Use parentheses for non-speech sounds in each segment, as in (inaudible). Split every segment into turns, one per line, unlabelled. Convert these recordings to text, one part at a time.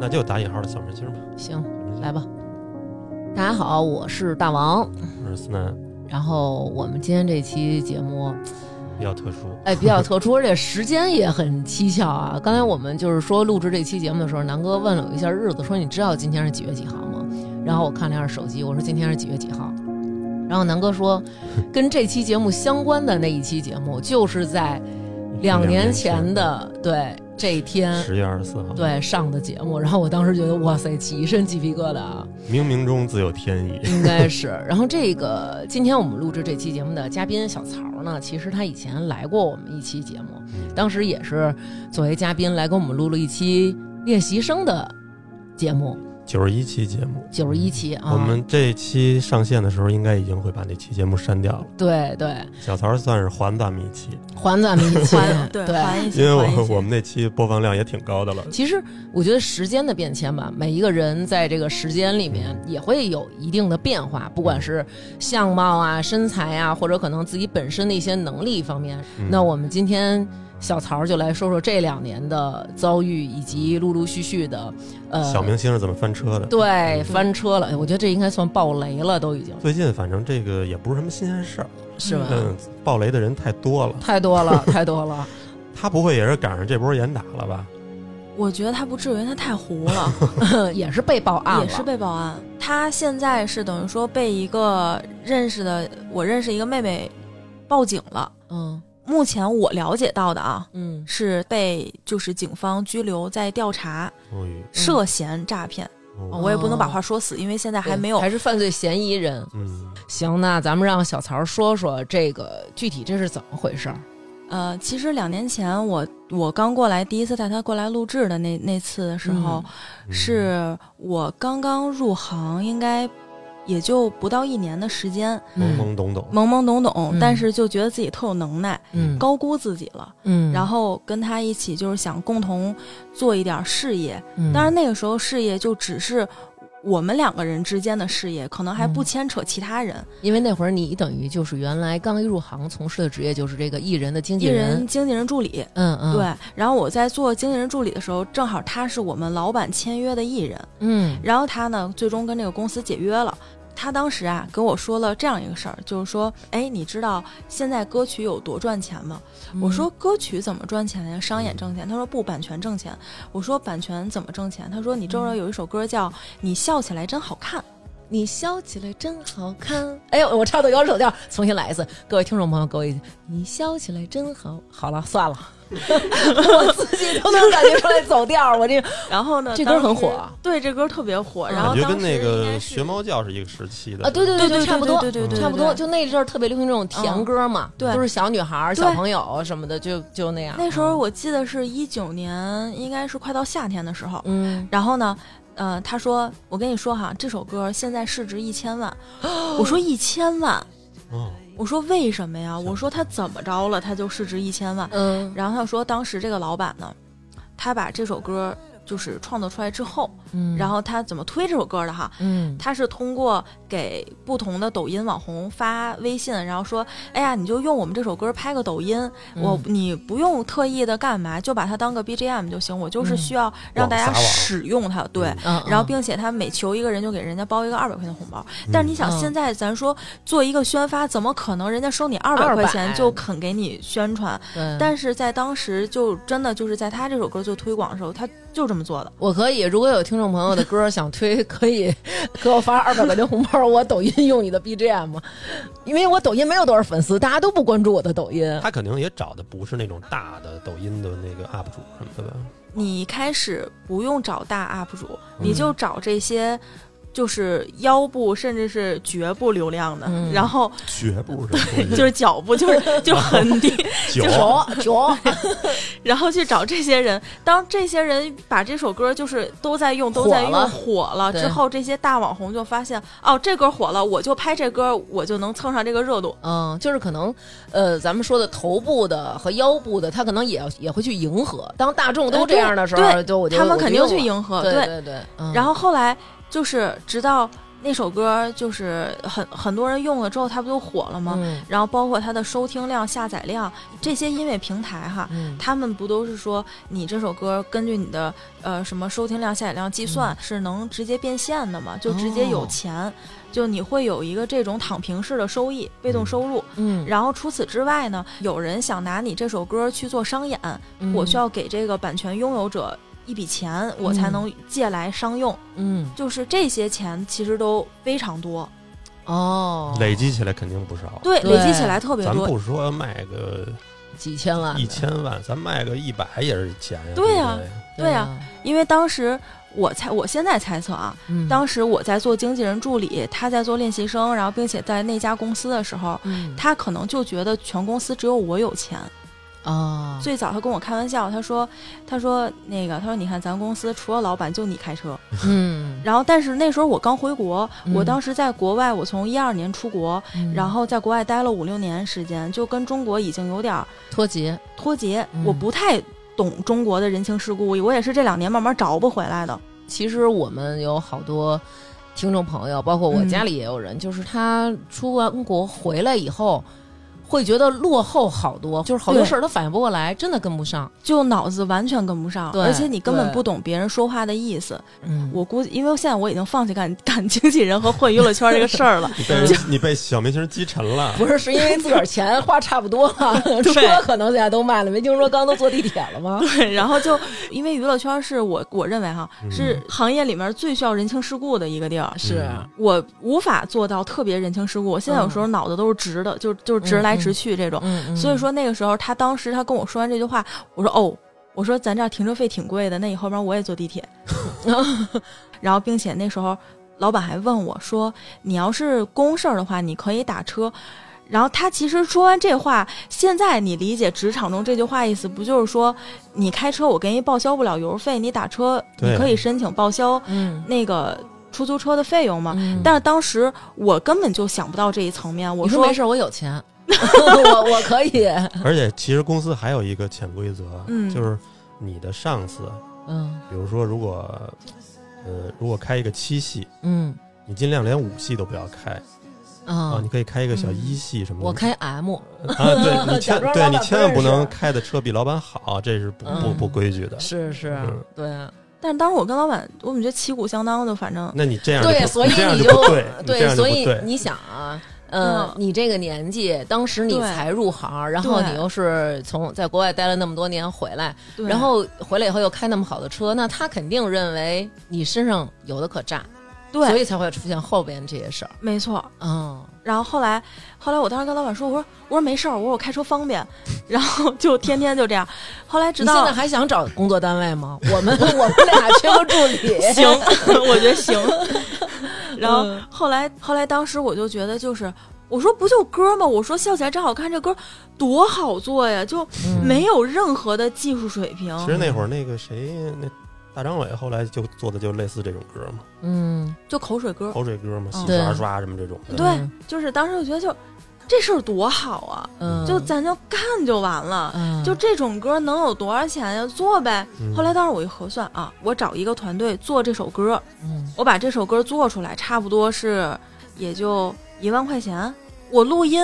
那就打引号的小明星吧。
行，
小明星
来吧。大家好，我是大王。
我是思南，
然后我们今天这期节目，
比较特殊。
哎，比较特殊，而且时间也很蹊跷啊。 (laughs) 刚才我们就是说录制这期节目的时候，南哥问了我一下日子，说你知道今天是几月几号吗？然后我看了一下手机，我说今天是几月几号。然后南哥说，跟这期节目相关的那一期节目，就是在呃两年前的对这一天
十月二十四号，，
对上的节目。然后我当时觉得哇塞，起一身鸡皮疙瘩啊。
冥冥中自有天 (laughs) 意。
应该是。然后这个今天我们录制这期节目的嘉宾小曹呢，其实他以前来过我们一期节目，当时也是作为嘉宾来给我们录了一期练习生的节目，
嗯九十一期节目，
九十一期啊。
嗯我们这期上线的时候，应该已经会把那期节目删掉了。
对对
小曹算是还咱们一期，
还咱们一期
还，
对。
还一些
因为
还一
我
些
我们那期播放量也挺高的了。
其实我觉得时间的变迁吧，每一个人在这个时间里面
嗯
也会有一定的变化，不管是相貌啊、身材啊，或者可能自己本身的一些能力方面，
嗯
那我们今天小曹就来说说这两年的遭遇，以及陆陆续续的呃，
小明星是怎么翻车的？
对翻车了，哎我觉得这应该算爆雷了，都已经
最近反正这个也不是什么新鲜事儿，
是吧？
嗯，爆雷的人太多了。
太多了， (laughs) 太多了，
他不会也是赶上这波严打了吧？
我觉得他不至于，他太糊
(laughs)
了，
也是被报案了，
也是被报案。他现在是等于说被一个认识的，我认识一个妹妹报警了。
嗯
目前我了解到的啊，
嗯
是被就是警方拘留，在调查
哦呦
涉嫌诈骗。
哦
我也不能把
嗯哦
话说死，因为现在还
对
没有
还是犯罪嫌疑人。
嗯，
行，那咱们让小曹说说这个具体这是怎么回事儿。
呃，其实两年前我我刚过来，第一次带他过来录制的那那次的时候，
嗯
是我刚刚入行，应该也就不到一年的时间，
懵懵懂懂，
懵懵懂懂，
嗯
但是就觉得自己特有能耐，
嗯
高估自己了。
嗯，
然后跟他一起就是想共同做一点事业，
嗯
当然那个时候事业就只是。我们两个人之间的事业，可能还不
嗯
牵扯其他人。
因为那会儿你等于就是原来刚一入行从事的职业就是这个艺人的经
艺
纪
人、经纪人助理，
嗯嗯，
对，。然后我在做经纪人助理的时候，正好他是我们老板签约的艺人，
嗯
然后他呢最终跟这个公司解约了。他当时啊跟我说了这样一个事儿，就是说，哎，你知道现在歌曲有多赚钱吗？我说歌曲怎么赚钱呀？商演挣钱？他说不，版权挣钱。我说版权怎么挣钱？他说你知不知道有一首歌叫《你笑起来真好看》？
你笑起来真好看，哎呦，我唱的有点走调，重新来一次，各位听众朋友，各位，你笑起来真好，好了，算了，
(laughs)
我自己都能感觉出来走调，我这
然后呢，
这歌
当时
很火，
对，这歌特别火。
嗯
然
感
后
觉
哦当
跟
时
那
应
个
该是
学猫叫是一个时期的
啊，对对
对
对，
对
差不多
对。对对对，
差不多，
对嗯
就那阵儿特别流行这种甜歌嘛，
对
都是小女孩儿、
对
小朋友什么的，就就那样。
那时候我记得是一九年，应该是快到夏天的时候。
嗯，
然后呢，呃，他说：“我跟你说哈，这首歌现在市值一千
(gasps)
万。”我说：“一千万？
哦，
我说为什么呀？
想不
我说他怎么着了，他就市值一千万？”
嗯
然后他说，当时这个老板呢，他把这首歌就是创作出来之后，
嗯，
然后他怎么推这首歌的哈？
嗯
他是通过给不同的抖音网红发微信，然后说：“哎呀，你就用我们这首歌拍个抖音，
嗯
我你不用特意的干嘛，就把它当个 BGM 就行。我就是
嗯
需要让大
网
家
撒网
使用它，对。
嗯
嗯，
然后
嗯
并且他每求一个人就给人家包一个二百块钱的红包，但是你想
嗯
现在咱说做一个宣发，怎么可能人家收你二百块钱
200
就肯给你宣传？
对
但是在当时就真的就是在他这首歌做推广的时候，他就这么做的。
我可以，如果有听众朋友的歌想推， (laughs) 可以给我发二百块钱红包，我抖音用你的 BGM，因为我抖音没有多少粉丝，大家都不关注我的抖音。
嗯他肯定也找的不是那种大的抖音的那个 UP 主什么的吧？
你开始不用找大 UP 主，
嗯
你就找这些。就是腰部甚至是绝部流量的，
嗯
然
(laughs)
后
(laughs) 绝不 (laughs) 是，哦
就是脚部，就是就很低，
九
九九，
然后去找这些人。当这些人把这首歌就是都在用，都在
火了
用火了
对
之后，这些大网红就发现哦，这歌火了，我就拍这歌，我就能蹭上这个热度。
嗯，就是可能，呃，咱们说的头部的和腰部的，他可能也要也会去迎合。当大众都这样的时候，
呃对
就我觉得
他们肯定去
合。
迎合，
对对对。嗯
然后后来就是直到那首歌就是很很多人用了之后，它不就火了吗？
嗯
然后包括它的收听量、下载量，这些音乐平台哈，
嗯
他们不都是说你这首歌根据你的呃什么收听量、下载量计算、是能直接变现的嘛？就直接有
嗯哦
钱，就你会有一个这种躺平式的收益，被动收入。
嗯，
然后除此之外呢，有人想拿你这首歌去做商演，
嗯
我需要给这个版权拥有者一笔钱，我才能借来商用。
嗯
就是这些钱其实都非常多，
哦，
累积起来肯定不少。
对，
对
累积起来特别
咱
多。
不说卖个
几千万的，
一千万，咱卖个一百也是钱呀。
对呀
呀，。
对
呀
啊，因为当时我猜，我现在猜测啊，
嗯
当时我在做经纪人助理，他在做练习生，然后并且在那家公司的时候，
嗯
他可能就觉得全公司只有我有钱。
哦，
最早他跟我开玩笑，他说：“他说那个，他说你看咱公司除了老板就你开车。”
嗯，
然后，但是那时候我刚回国，
嗯
我当时在国外，我从一二年出国，
嗯
然后在国外待了五六年时间，就跟中国已经有点儿
嗯脱节，
脱节，
嗯
我不太懂中国的人情世故，我也是这两年慢慢找不回来的。
其实我们有好多听众朋友，包括我
嗯
家里也有人，就是他出完国回来以后，会觉得落后好多，就是好多
对
事儿他反应不过来，真的跟不上。
就脑子完全跟不上，
对
而且你根本
对
不懂别人说话的意思。
嗯，
我估计，因为现在我已经放弃干 (laughs) 干经纪人和混娱乐圈这个事儿了
你被 (laughs) 人你被小明星击沉了。
不是是因为自个儿钱花差不多 (laughs) 了，车可能现在都卖了，没听说刚都坐地铁了吗？
对，然后就因为娱乐圈是我我认为哈
嗯
是行业里面最需要人情世故的一个地儿。
是，
我无法做到特别人情世故，我现在有时候脑子都是直的，就就是直来直去这种。
(laughs) 嗯，嗯
所以，说那个时候他当时他跟我说完这句话，我说哦，我说咱这儿停车费挺贵的，那以后边我也坐地
(laughs)
铁。 (laughs) 然后并且那时候老板还问我说，你要是公事儿的话，你可以打车。然后他其实说完这话，现在你理解职场中这句话意思，不就是说你开车我给你报销不了油费，你打车
对
你可以申请报销
嗯，
那个出租车的费用吗？
嗯
但是当时我根本就想不到这一层面，我
你
说
说没事，我有钱，我 (laughs) 我可以，
嗯而且其实公司还有一个潜规则，
嗯
就是你的上司，
嗯
比如说如果呃如果开一个七系，
嗯
你尽量连五系都不要开啊，
啊
你，可以开一个小一系什么的。
我开 M，
啊，
(laughs)
对你
假
千
装
对
老
你
板
千
不
万不
认识
能开的车比老板好，这是不不
嗯
不规矩的。
是是
嗯，
对啊。
但是当时我跟老板，我们觉得旗鼓相当的，反正
那你这样就
对，
不
所以
你这样
你
就不对，你这样就
所
不
以
对。
你想啊。呃
嗯，
你这个年纪，当时你
对
才入行，然后
对
你又是从在国外待了那么多年回来，
对
然后回来以后又开那么好的车，那他肯定认为你身上有的可炸，
对，
所以才会出现后边这些事儿。
没错。
嗯，
然后后来，后来我当时跟老板说，我说我说没事儿，我说我开车方便， (laughs) 然后就天天就这样。后来直
你现
到 (laughs)
在还想找工作单位吗？我们我们俩缺个助理。
(laughs) 行，我觉得行。
(laughs)
然后
嗯
后来后来当时我就觉得就是。我说不就歌吗？我说笑起来真好看，这歌多好做呀！就
嗯
没有任何的技术水平。
其实那会儿那个谁，那大张伟后来就做的就类似这种歌嘛，
嗯，
就口水歌。
口水歌嘛，洗
对
刷刷什么这种的。
对
嗯，
就是当时我觉得就这事儿多好啊，
嗯，
就咱就干就完了。
嗯
就这种歌能有多少钱呀？做呗。
嗯
后来当时我一核算啊，我找一个团队做这首歌，
嗯
我把这首歌做出来，差不多是也就一万块钱。我录音，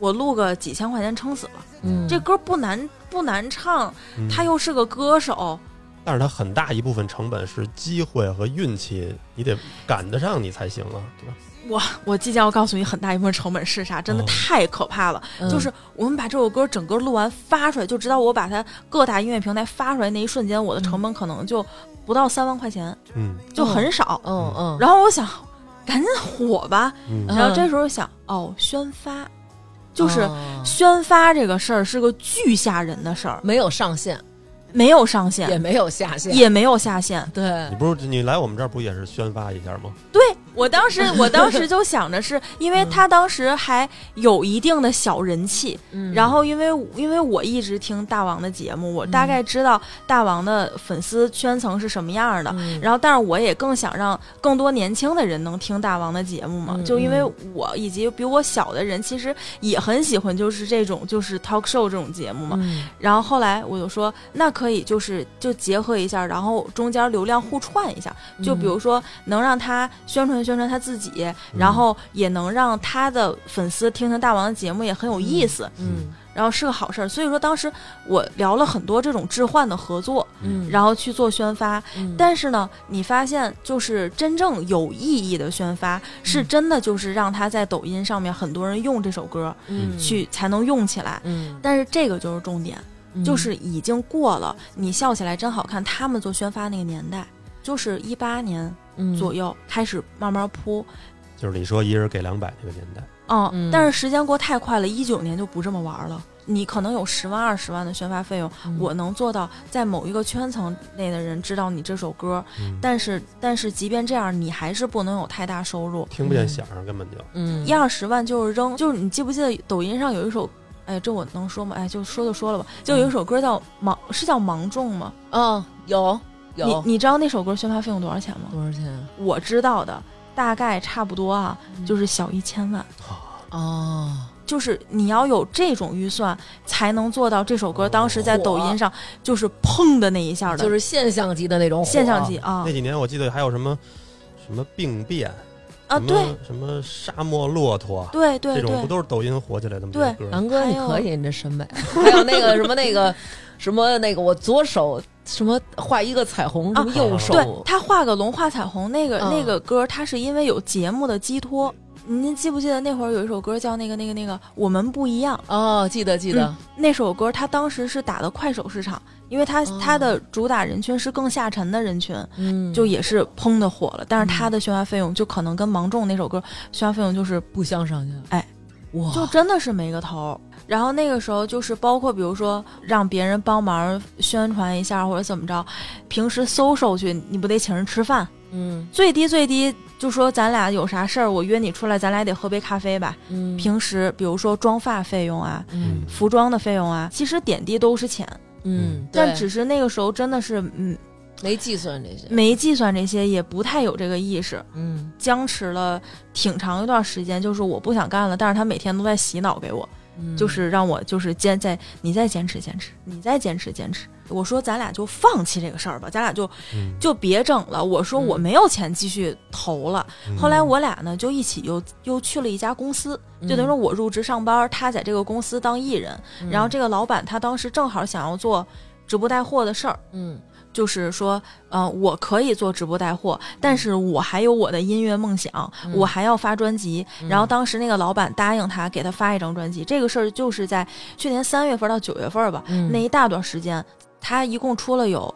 我录个几千块钱撑死了。
嗯
这歌不难不难唱，
嗯
他又是个歌手，
但是它很大一部分成本是机会和运气，你得赶得上你才行啊，对吧？
我即将要告诉你很大一部分成本是啥，真的
哦
太可怕了。
嗯
就是我们把这首歌整个录完发出来，就直到我把它各大音乐平台发出来那一瞬间，我的
嗯
成本可能就不到三万块钱，
嗯
就很少。
嗯嗯，
然后我想，赶紧火吧。
嗯
嗯
然后这时候想，哦，宣发，就是
哦
宣发这个事儿是个巨吓人的事儿，
没有上限，
没有上
也
限，
没有下限，
也没有下限。
对
你，不是你来我们这儿不也是宣发一下吗？
对我当
(laughs)
时，我当时就想着是因为他当时还有一定的小人气，
嗯
然后因为因为我一直听大王的节目，我大
嗯
概知道大王的粉丝圈层是什么样的。
嗯
然后，但是我也更想让更多年轻的人能听大王的节目嘛，
嗯
就因为我以及比我小的人，其实也很喜欢就是这种就是 talk show 这种节目嘛。
嗯
然后后来我就说，那可以就是
嗯
就结合一下，然后中间流量互串一下，就比如说能让他宣传传宣传他自己，然后也能让他的粉丝听听大王的节目，也很有意思，
嗯
然后是个好事儿。所以说当时我聊了很多这种置换的合作，
嗯，
然后去做宣发。
嗯
但是呢，你发现就是真正有意义的宣发，
嗯
是真的就是让他在抖音上面很多人用这首歌
嗯
去才能用起来。
嗯，
但是这个就是重点，
嗯
就是已经过了你笑起来真好看他们做宣发那个年代，就是一八年左
右，
右开始慢慢铺。
就是你说一人给两百那个年代，
嗯，
嗯
但是时间过太快了，一九年就不这么玩了。你可能有十万、二十万的宣发费用，
嗯
我能做到在某一个圈层内的人知道你这首歌，
嗯
但是但是即便这样，你还是不能有太大收入，
听不见响儿，根本就
嗯
一二十万就是扔。就是你记不记得抖音上有一首，哎，这我能说吗？哎，就说就说了吧。就有一首歌叫《芒》，是叫《芒种》吗？
嗯有
你
有
你知道那首歌宣发费用多少钱吗？
多少钱？啊
我知道的大概差不多啊，
嗯
就是小一千万。
哦，
就是你要有这种预算，才能做到这首歌当时在抖音上就是砰的那一下的，
就是现象级的那种火
现象级啊
那几年我记得还有什么什么病变
啊！
什么
对
什么沙漠骆驼，
对
这
对
种不
对，
都是抖音火起来的吗？
对
这些歌
南哥，你
还有
可以，你这审美， (laughs) 还有那个什么那个什么那个，我左手什么画一个彩虹，什么
啊
右手，
对他画个龙画彩虹那个、
嗯
那个歌，它是因为有节目的寄托。您记不记得那会儿有一首歌叫那个那个那个我们不一样？
哦，记得记得，
那首歌它当时是打的快手市场，因为它、
哦
它的主打人群是更下沉的人群，
嗯，
就也是砰的火了。但是它的宣发费用就可能跟芒种那首歌宣发费用就是
不相上下，
哎，
哇，
就真的是没个头儿。然后那个时候就是包括比如说让别人帮忙宣传一下或者怎么着，平时搜搜去你不得请人吃饭，
嗯
最低最低就说咱俩有啥事儿，我约你出来，咱俩得喝杯咖啡吧。
嗯
平时比如说妆发费用啊、
嗯
服装的费用啊，其实点滴都是钱，
嗯，
但
对
只是那个时候真的是嗯
没计算这些，
没计算这些，也不太有这个意识，
嗯
僵持了挺长一段时间，就是我不想干了，但是他每天都在洗脑给我。
嗯
就是让我就是坚在你再坚持坚持，你再坚持坚持。我说咱俩就放弃这个事儿吧，咱俩就
嗯
就别整了。我说
嗯
我没有钱继续投了。
嗯
后来我俩呢就一起又又去了一家公司，就等于说我入职上班，他在这个公司当艺人，
嗯
然后这个老板他当时正好想要做直播带货的事儿。
嗯
就是说，嗯、我可以做直播带货，但是我还有我的音乐梦想，
嗯
我还要发专辑。
嗯
然后当时那个老板答应他给他发一张专辑，这个事儿就是在去年三月份到九月份吧，
嗯
那一大段时间，他一共出了有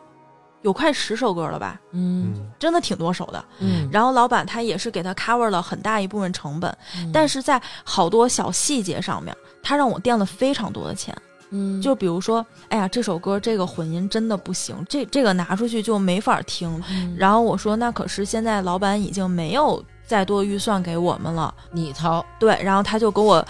有快十首歌了吧，
嗯
嗯
真的挺多首的。
嗯，
然后老板他也是给他 cover 了很大一部分成本，
嗯
但是在好多小细节上面，他让我垫了非常多的钱。
嗯
就比如说，哎呀，这首歌这个混音真的不行，这这个拿出去就没法听。
嗯
然后我说，那可是现在老板已经没有再多预算给我们了，
你掏，
对。然后他就给我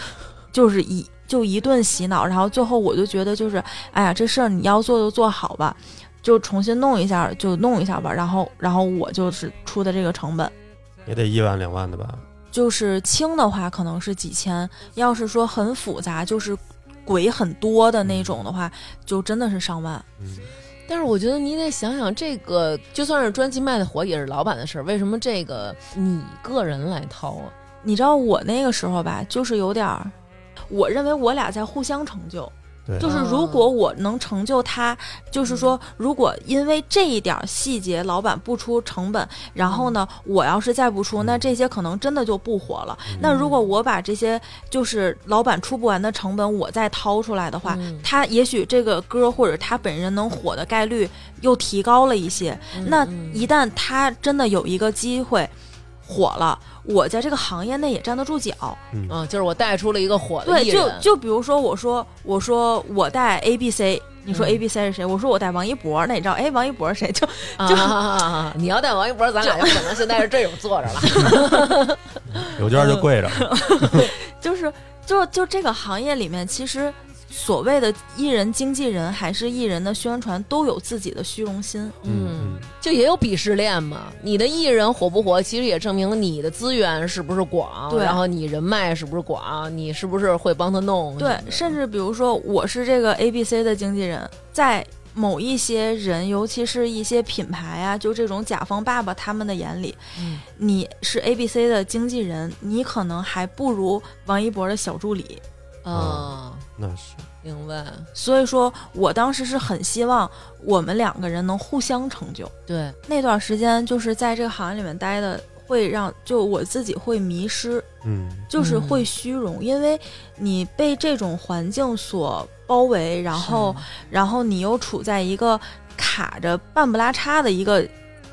就是一就一顿洗脑，然后最后我就觉得就是，哎呀，这事儿你要做就做好吧，就重新弄一下就弄一下吧。然后然后我就是出的这个成本。
也得一万两万的吧？
就是轻的话可能是几千，要是说很复杂，就是鬼很多的那种的话，就真的是上万。
嗯，
但是我觉得你得想想，这个就算是专辑卖的火，也是老板的事儿。为什么这个你个人来掏啊？
你知道我那个时候吧，就是有点儿，我认为我俩在互相成就，
对，啊
就是如果我能成就他，就是说，如果因为这一点儿细节，老板不出成本，然后呢，我要是再不出，那这些可能真的就不火了。那如果我把这些就是老板出不完的成本，我再掏出来的话，
嗯
他也许这个歌或者他本人能火的概率又提高了一些。
嗯
那一旦他真的有一个机会火了，我在这个行业内也站得住脚。
嗯，就是我带出了一个火的
对，
艺
就
人
就比如说，我说我说我带 A B C，你说
嗯
A B C 是谁？我说我带王一博，那你知道哎，王一博是谁？ (laughs) 就
啊
就 (laughs)
啊啊啊啊 (laughs) 你要带王一博，咱俩就可能现在是这种坐着了。
有娟儿
呃 (laughs)
就跪着，
就是就就这个行业里面，其实所谓的艺人经纪人还是艺人的宣传，都有自己的虚荣心。
嗯，就也有鄙视链嘛。你的艺人火不火，其实也证明了你的资源是不是广，
对
然后你人脉是不是广，你是不是会帮他弄什么
对
的。，
甚至比如说我是这个 A B C 的经纪人，在某一些人，尤其是一些品牌啊，就这种甲方爸爸他们的眼里，
嗯
你是 A B C 的经纪人，你可能还不如王一博的小助理。
啊，
那是
明白，
所以说我当时是很希望我们两个人能互相成就。
对，
那段时间就是在这个行业里面待的，会让就我自己会迷失，
嗯
就是会虚荣，因为你被这种环境所包围，然后然后你又处在一个卡着半不拉叉的一个
是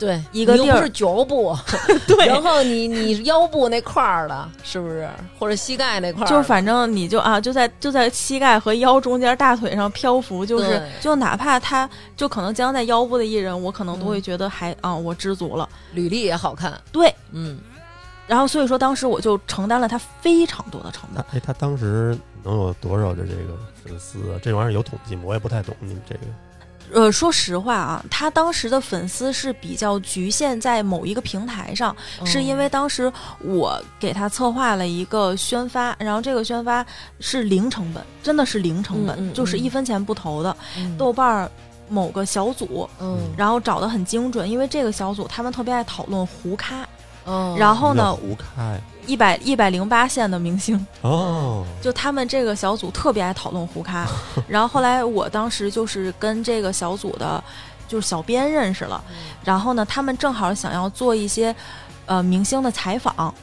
对
一个
你
地
又
儿
不是脚 (laughs) 部，然后你 (laughs) 你腰部那块儿的，是不是？或者膝盖那块儿的，
就是反正你就啊，就在就在膝盖和腰中间、大腿上漂浮，就是
对
就哪怕他就可能将在腰部的艺人，我可能都会
嗯
觉得还啊，我知足了。
履历也好看，
对，
嗯，
然后所以说当时我就承担了他非常多的成
他
本，
哎，他当时能有多少的这个粉丝啊？这玩意儿有统计吗？我也不太懂你们这个。
呃，说实话啊，他当时的粉丝是比较局限在某一个平台上，是
嗯
因为当时我给他策划了一个宣发，然后这个宣发是零成本，真的是零成本，
嗯嗯嗯
就是一分钱不投的。
嗯
豆瓣儿某个小组，
嗯
然后找的很精准，因为这个小组他们特别爱讨论胡咖，
嗯，
然后呢，
胡开
一百一百零八线的明星，
哦，
就他们这个小组特别爱讨论胡
(laughs)
咖。然后后来我当时就是跟这个小组的，就是小编认识
嗯
了，然后呢，他们正好想要做一些，呃，明星的采访。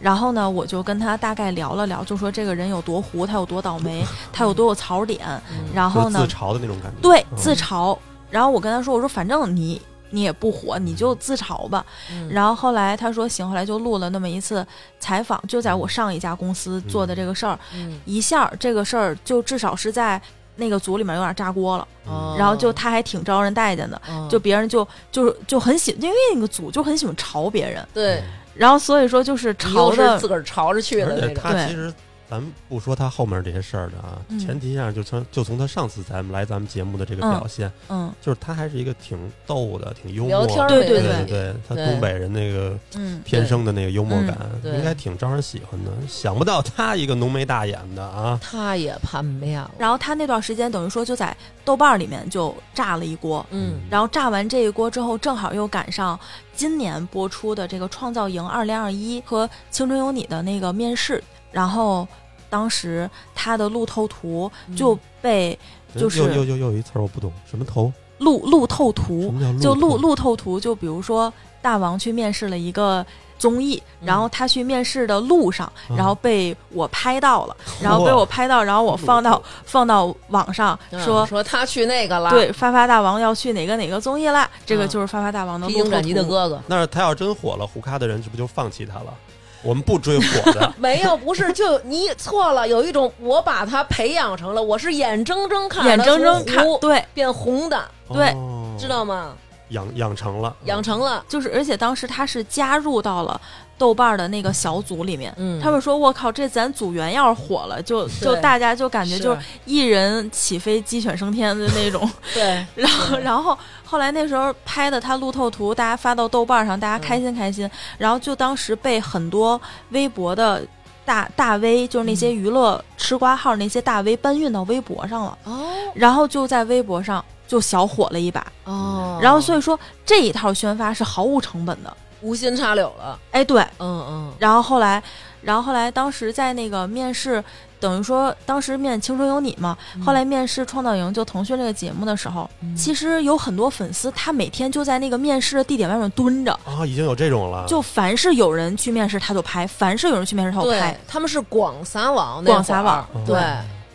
然后呢，我就跟他大概聊了聊，就说这个人有多糊，他有多倒
(laughs)
霉，他有多有槽点。
嗯
然后呢
就是，自嘲的那种感觉。
对
嗯
自嘲。然后我跟他说，我说反正你你也不火，你就自嘲吧。
嗯
然后后来他说行，后来就录了那么一次采访，就在我上一家公司做的这个事儿，
嗯
一下儿这个事儿就至少是在那个组里面有点炸锅了，
哦
嗯
然后就他还挺招人待见的，
嗯
就别人就就是就很喜，因为那个组就很喜欢嘲别人，
对，
然后所以说就是
你
嘲
又是
的
自个儿朝着去的
而且
那种，
他
对
其实，咱们不说他后面这些事儿的啊，
嗯
前提下就从就从他上次咱们来咱们节目的这个
嗯
表现，
嗯
就是他还是一个挺逗的、挺幽默
聊
的，
天儿
对
没
对
对
问题
对，他
对嗯
东北人那个
嗯
天生的那个幽默感，
对
应该挺招人喜欢的。想不到他一个浓眉大眼的啊，
他也叛变了，
然后他那段时间等于说就在豆瓣儿里面就炸了一锅，
嗯
然后炸完这一锅之后，正好又赶上今年播出的这个《创造营二零二一》和《青春有你》的那个面试，然后当时他的路透图就
嗯
被就是
又又又又有一词儿我不懂，什么头？
路路透
什
图，
么叫路？
就
路
路路透图，就比如说大王去面试了一个。综艺，
嗯
然后他去面试的路上，
嗯
然后被我拍到了，然后被
哇
我拍到，然后我放到放到网上
嗯
说，
说他去那个了，
对，发发大王要去哪个哪个综艺啦？这个
嗯
就是发发大王的
披
路
荆
透
斩棘的
图。
哥哥。，
那他要真火了，胡咖的人是不是就放弃他了？我们不追火的
没有，不是，就你错了。有一种，我把他培养成了，我是眼睁睁看着
眼
他
睁睁
从
看，
糊
对，
变红的，
(laughs) 对
哦
知道吗？
养养成了，
养成了，
就是而且当时他是加入到了豆瓣儿的那个小组里面。
嗯
他们说：“我靠，这咱组员要是火了，就就
对
大家就感觉 (laughs)
是
就是一人起飞鸡犬升天的那种。
对，
然后，
对
然后后来那时候拍的他路透图，大家发到豆瓣上，大家
嗯
开心开心。然后就当时被很多微博的大大 V，就是那
嗯
些娱乐吃瓜号那些大 V 搬运到微博上了。
哦
然后就在微博上就小火了一把。
哦，
然后所
以
以说这一套宣发是毫无成本的。
无心插柳了，
哎，对，
嗯嗯，
然后后来，然后后来当时在那个面试，等于说当时面《青春有你》嘛，
嗯
后来面试《创造营》就腾讯这个节目的时候，嗯其实有很多粉丝他每天就在那个面试的地点外面蹲着。
啊，已经有这种了，
就凡是有人去面试，他就拍；凡是有人去面试，他就
对
拍。
他们是广撒网那会儿，
广撒网
哦
对，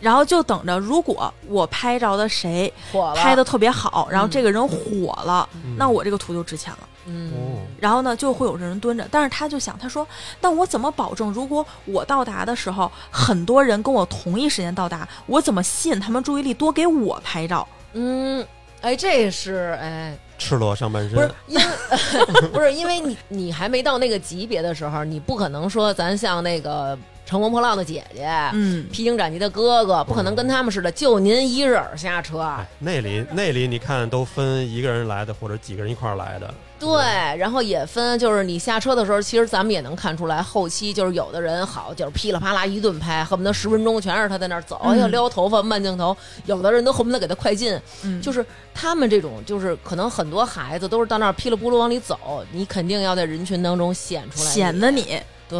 然后就等着，如果我拍着的谁
火了，
拍的特别好，然后
嗯
这个人火了，
嗯
那我这个图就值钱了。
嗯
哦，
然后呢，就会有人蹲着。但是他就想，他说：“那我怎么保证，如果我到达的时候，很多人跟我同一时间到达，我怎么吸引他们注意力，多给我拍照
嗯，哎，这是哎，
赤裸上半身，
不是因为 (laughs) 不是因为你你还没到那个级别的时候，你不可能说咱像那个乘风破浪的姐姐，？”
嗯，
披荆斩棘的哥哥，不可能跟他们似的，就您一人儿下车。啊
哎，那里那里你看都分一个人来的或者几个人一块儿来的，
对，然后也分，就是你下车的时候，其实咱们也能看出来，后期就是有的人好，就是噼里啪啦一顿拍，恨不得十分钟全是他在那儿走，
嗯
要撩头发、慢镜头，有的人都恨不得给他快进，
嗯，
就是是他们这种，就是可能很多孩子都是到那儿噼里扑噜往里走，你肯定要在人群当中显出来，
显得你
对，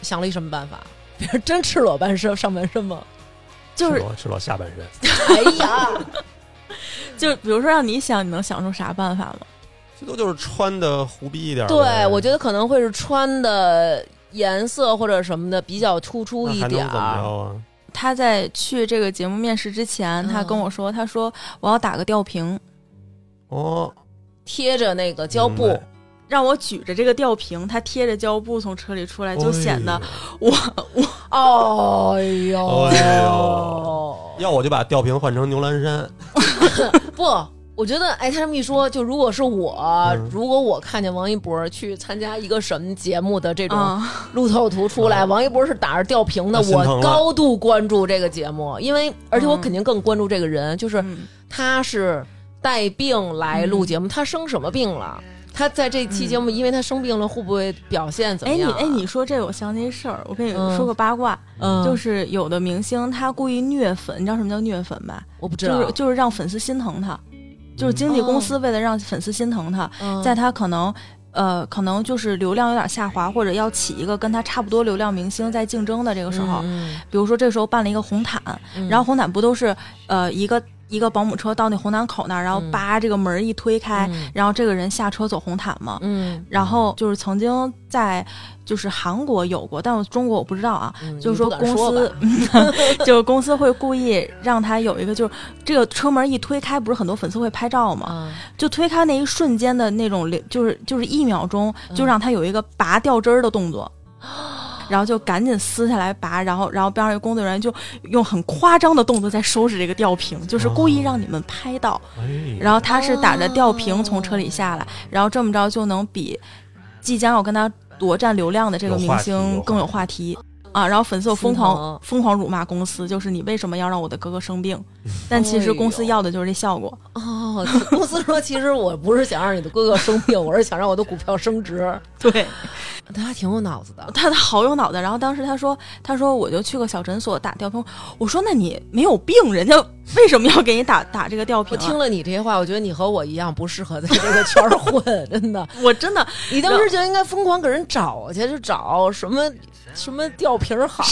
想了一什么办法？别人真赤裸半身上半身吗？
就是
裸赤裸下半身，
哎呀，
就比如说让你想，你能想出啥办法吗？
最多就是穿的胡逼一点儿呗。
(laughs) 对，我觉得可能会是穿的颜色或者什么的比较突出
那
一
还能
点
怎么
儿。
着啊？
他在去这个节目面试之前，
嗯
他跟我说，他说我要打个吊瓶，
哦，
贴着那个胶
明
布
白，
让我举着这个吊瓶，他贴着胶布从车里出来，就显得
哎
(laughs)
哦呦，
哎呦要我就把吊瓶换成牛栏山，
不。我觉得，哎，他这么一说，就如果是我，
嗯
如果我看见王一博去参加一个什么节目的这种
啊，
路透图出来，
嗯
王一博是打着吊瓶的，
那心疼啊了
我高度关注这个节目，因为而且我
嗯
肯定更关注这个人，就是
嗯
他是带病来录节目，他生什么病了？他在这期节目，因为他生病了，会不会表现怎
嗯
么
哎你
样、啊
哎你，说这我想起一事儿，我跟你
嗯
说个八卦，
嗯，
就是有的明星他故意虐粉，你知道什么叫虐粉吧？
我不知道，哦
就是就是让粉丝心疼他，就是经纪公司为了让粉丝心疼他，
嗯
在他可能。呃，可能就是流量有点下滑，或者要起一个跟他差不多流量明星在竞争的这个时候，
嗯
比如说这时候办了一个红毯，
嗯
然后红毯不都是呃一个一个保姆车到那红毯口那儿，然后
嗯
叭这个门一推开，
嗯
然后这个人下车走红毯吗？
嗯，
然后就是曾经在就是韩国有过，但我中国我不知道啊。
嗯
就是说
你不敢说
公司
吧
(laughs) 就是公司会故意让他有一个，就是这个车门一推开，不是很多粉丝会拍照吗？
啊，
就推开那一瞬间的那种，就是就是一秒钟，
嗯
就让他有一个拔吊针儿的动 (gasps) 作。然后就赶紧撕下来拔，然后，然后边上一工作人员就用很夸张的动作在收拾这个吊瓶，就是故意让你们拍到。
哎，
然后他是打着吊瓶
哦
从车里下来，然后这么着就能比即将要跟他夺占流量的这个明星更有话题啊。然后粉丝又疯
心疼
狂疯狂辱骂公司，就是你为什么要让我的哥哥生 (laughs) 病？但其实公司要的就是这效果。
哦， (laughs) 公司说其实我不是想让你的哥哥生病，我是想让我的股票升值。 (laughs)
对，
他还挺有脑子的，
他的好有脑袋。然后当时他说，他说我就去个小诊所打吊瓶。我说那你没有病，人家为什么要给你打打这个吊
我
瓶、啊？
听了你这些话，我觉得你和我一样不适合在这个圈儿混， (laughs) 真的。
我真的
你当时就应该疯狂给人找去，就找什么什么吊瓶儿好，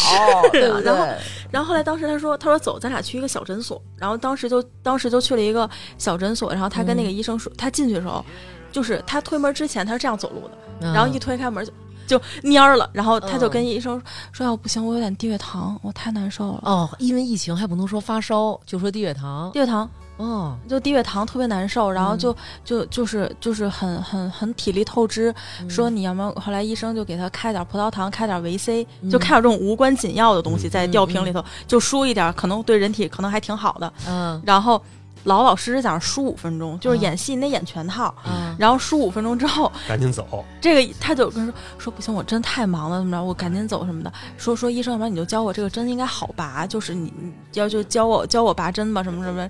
对不对
然后？然后后来当时他说，他说走，咱俩去一个小诊所。然后当时就当时就去了一个小诊所，然后他跟
嗯
那个医生说，他进去的时候，就是他推门之前他是这样走路的，
嗯
然后一推开门就。就蔫儿了，然后他就
嗯
跟医生说：“说啊，不行，我有点低血糖，我太难受了，
哦，因为疫情还不能说发烧，就说低血糖
低。血糖
哦，
就低血糖特别难受，然后
嗯
就就就是就是很很很体力透支。
嗯
说你要不要？后来医生就给他开点葡萄糖，开点维 C，就
嗯
开点这种无关紧要的东西在
嗯
吊瓶里头，就输一点，可能对人体可能还挺好的。
嗯
然后老老实实在那儿输五分钟，就是
嗯
演戏你得演全套。
嗯，
然后输五分钟之后，
赶紧走，
这个他就跟说说不行，我真太忙了，怎么着，我赶紧走什么的。说说医生，要不然你就教我这个针应该好拔，就是你你要就教我教我拔针吧，什么什么。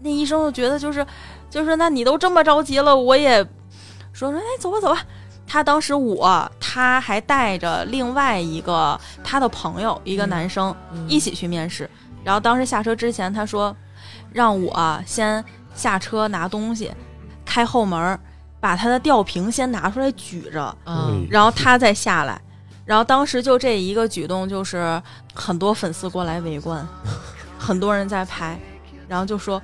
那医生就觉得就是 (laughs) 就是那你都这么着急了，我也说说哎走吧走吧。他当时我他还带着另外一个他的朋友一个
嗯
男生，
嗯
一起去面试。然后当时下车之前，他说让我啊先下车拿东西，开后门儿，把他的吊瓶先拿出来举着，
嗯
然后他再下来。然后当时就这一个举动，就是很多粉丝过来围观，很多人在拍，然后就说：“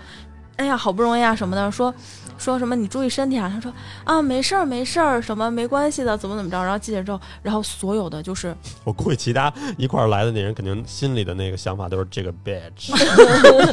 哎呀，好不容易啊什么的，说说什么你注意身体啊。”他说：“啊，没事儿没事儿，什么没关系的，怎么怎么着。”然后进去之后，然后所有的就是
我估计其他一块儿来的那人肯定心里的那个想法都是这个 bitch，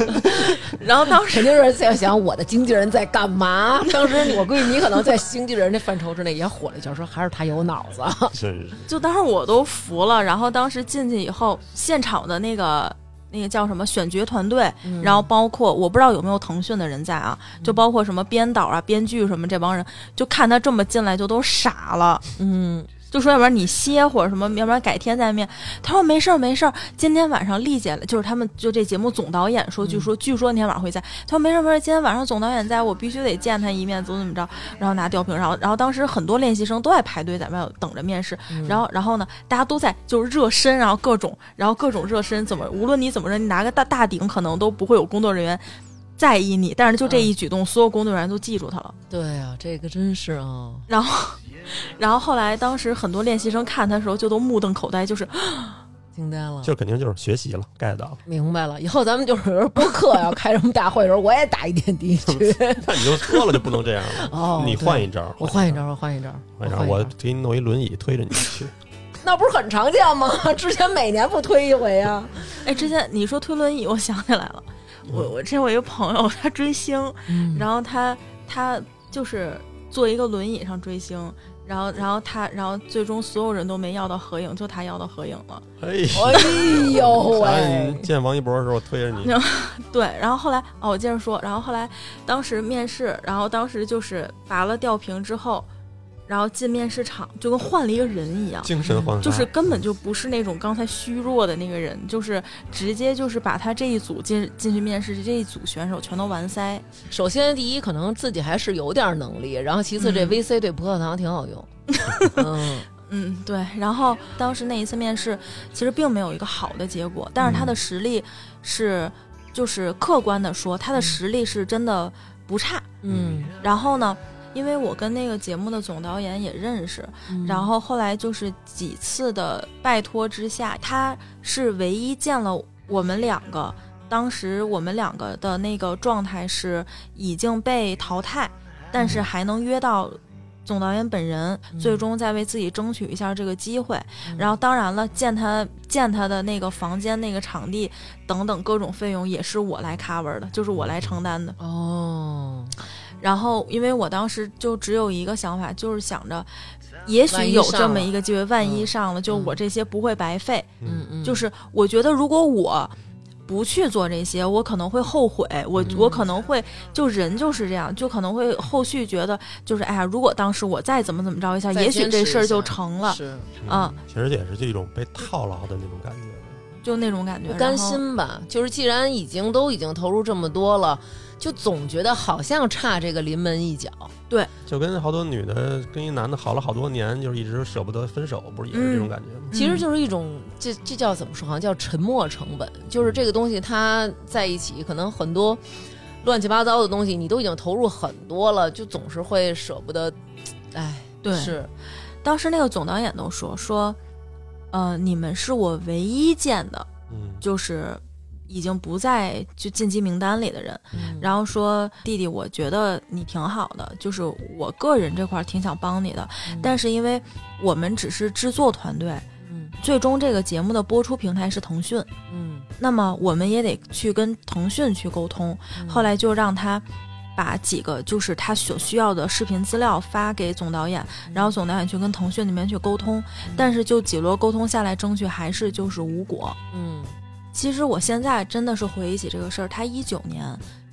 (laughs)
然后当时
肯定是在想我的经纪人在干嘛。当时我估计你可能在经纪人这范畴之内也火了一圈，说还是他有脑子。
真是
就当时我都服了。然后当时进去以后，现场的那个那个叫什么选角团队，然后包括我不知道有没有腾讯的人在啊，就包括什么编导啊、编剧什么这帮人，就看他这么进来就都傻了。
嗯，
就说要不然你歇会儿什么，要不然改天再面。他说没事儿没事儿，今天晚上丽姐就是他们就这节目总导演说，据说据说那天晚上会在。他说没事儿没事儿，今天晚上总导演在我必须得见他一面，怎么怎么着，然后拿吊瓶，然后然后当时很多练习生都在排队在外头等着面试，然后然后呢，大家都在就是热身，然后各种然后各种热身，怎么无论你怎么着，你拿个大大顶可能都不会有工作人员。在意你，但是就这一举动，所有工作人员都记住他了。
(laughs) 对啊，这个真是啊，
然后，然后后来当时很多练习生看他的时候就都目瞪口呆，就是
惊呆了。
就是肯定就是学习了，get 到了，
明白了，以后咱们就是播客要开什么大会的时候，我也打一点滴去。
那 (laughs) 你就说了就不能这样了，
哦，
你
对
换一招，
我换一招，我换一招，
换一招，
换一
我啊给你弄一轮椅推着你去，
那不是很常见吗？之前每年不推一回啊？
哎，之前你说推轮椅，我想起来了，我我这我一个朋友，他追星，
嗯
然后他他就是坐一个轮椅上追星，然后然后他然后最终所有人都没要到合影，就他要到合影了。
(laughs) 哎
后，
呀，
哎呦
咱
喂，
见王一博的时候推着你，
对，然后后来哦，我接着说，然后后来当时面试，然后当时就是拔了吊瓶之后，然后进面试场就跟换了一个人一样。
精神啊涣
嗯
散，
就是根本就不是那种刚才虚弱的那个人，就是直接就是把他这一组进进去面试这一组选手全都完塞。
首先第一，可能自己还是有点能力，然后其次，这
嗯
VC 对葡萄糖挺好 (laughs) 用。嗯，
嗯，对。然后当时那一次面试其实并没有一个好的结果，但是他的实力是，就是客观的说，他的实力是真的不差。
嗯，
然后呢，因为我跟那个节目的总导演也认识，然
嗯
后后来就是几次的拜托之下，他是唯一见了我们两个。当时我们两个的那个状态是已经被淘汰，但是还能约到总导演本人，
嗯
最终再为自己争取一下这个机会。
嗯
然后当然了，见他见他的那个房间、那个场地等等各种费用也是我来 cover 的，就是我来承担的。
哦，
然后，因为我当时就只有一个想法，就是想着，也许
万一
有
上
这么
了
一个机会，万一
嗯
上了，就
嗯
我这些不会白费。
嗯嗯，
就是我觉得，如果我不去做这些，我可能会后悔，我、
嗯
我可能会就人就是这样，就可能会后续觉得就是哎呀，如果当时我再怎么怎么着一下，
再
也许
坚持
这事儿
一
就
下
成了，
是
啊，
嗯其实也是这种被套牢的那种感觉，
就那种感觉。
不甘
然后
心吧？就是既然已经都已经投入这么多了，就总觉得好像差这个临门一脚。
就跟好多女的跟一男的好了好多年，就是一直舍不得分手，不是也是
嗯
这种感觉吗？
其实就是一种，这这叫怎么说？好像啊叫沉没成本，就是这个东西它在一起，可能很多乱七八糟的东西，你都已经投入很多了，就总是会舍不得。哎，
对嗯
是，
当时那个总导演都说说，呃，你们是我唯一见的
嗯，
就是已经不在就晋级名单里的人。
嗯
然后说弟弟，我觉得你挺好的，就是我个人这块儿挺想帮你的，但是因为我们只是制作团队，
嗯
最终这个节目的播出平台是腾讯，
嗯，
那么我们也得去跟腾讯去沟通。
嗯
后来就让他。把几个就是他所需要的视频资料发给总导演，然后总导演去跟腾讯那边去沟通，但是就几轮沟通下来，争取还是就是无果。
嗯
其实我现在真的是回忆起这个事儿，他一九年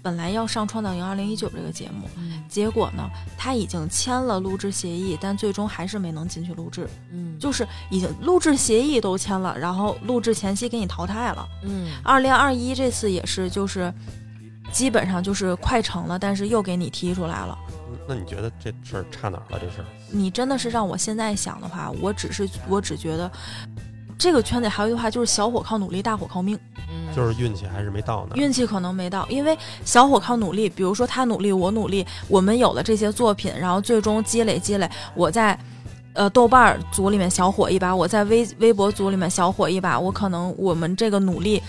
本来要上《创造营二零一九》这个节目，
嗯
结果呢，他已经签了录制协议，但最终还是没能进去录制，
嗯
就是已经录制协议都签了，然后录制前夕给你淘汰了。
嗯
二零二一这次也是，就是基本上就是快成了，但是又给你踢出来了。
嗯那你觉得这事儿差哪儿了？这事儿，
你真的是让我现在想的话，我只是我只觉得。这个圈子还有一句话，就是小火靠努力，大火靠命。
嗯，
就是运气还是没到那儿。
运气可能没到，因为小火靠努力，比如说他努力，我努力，我们有了这些作品，然后最终积累积累，我在。呃，豆瓣儿组里面小火一把，我在微微博组里面小火一把，我可能我们这个努力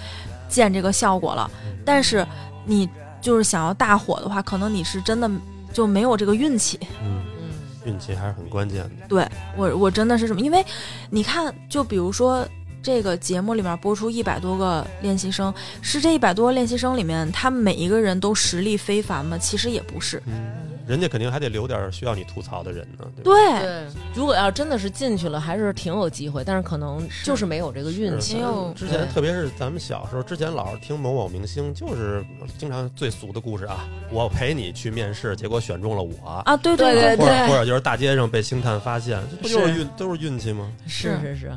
见这个效果了。但是你就是想要大火的话，可能你是真的就没有这个运气。
嗯，
嗯
运气还是很关键
嗯
的。
我我真的是什么？因为你看，就比如说这个节目里面播出一百多个练习生，是这一百多个练习生里面，他们每一个人都实力非凡吗？其实也不是，
嗯，人家肯定还得留点需要你吐槽的人呢。对吧
对，
对，如果要真的是进去了，还是挺有机会，但是可能就是没有这个运
是
气
哎。呦
之前
对
特别是咱们小时候，之前老是听某某明星，就是经常最俗的故事啊，我陪你去面试，结果选中了我，
啊，对
对
对
或者或者就是大街上被星探发现，这不就是
是
运都是运气吗？
是是是。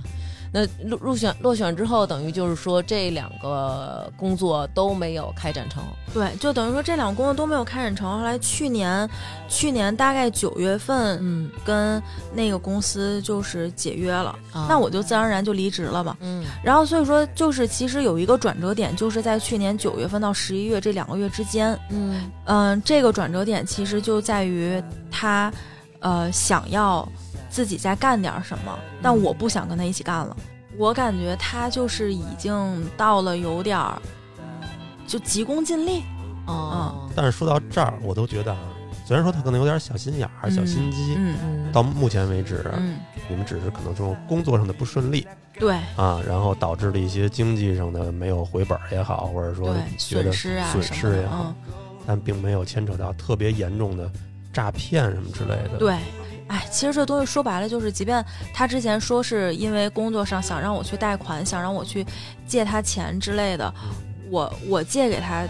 那入入选落选之后，等于就是说这两个工作都没有开展成。
对，就等于说这两个工作都没有开展成。后来去年，去年大概九月份
嗯，
跟那个公司就是解约了，
啊
那我就自然而然就离职了嘛。
嗯
然后所以说，就是其实有一个转折点，就是在去年九月份到十一月这两个月之间。
嗯
嗯，这个转折点其实就在于他，呃，想要自己再干点儿什么，但
嗯
我不想跟他一起干了。我感觉他就是已经到了有点儿，就急功近利。
哦
但是说到这儿，我都觉得啊，虽然说他可能有点小心眼儿、
嗯
小心机，
嗯
嗯
到目前为止，
嗯，
你们只是可能这种工作上的不顺利
对
啊，然后导致了一些经济上的没有回本儿也好，或者说
对，
觉得
损失啊
损
什么
失
的
也好
嗯，，
但并没有牵扯到特别严重的诈骗什么之类的。
对。哎，其实这东西说白了就是，即便他之前说是因为工作上想让我去贷款，想让我去借他钱之类的，我我借给他，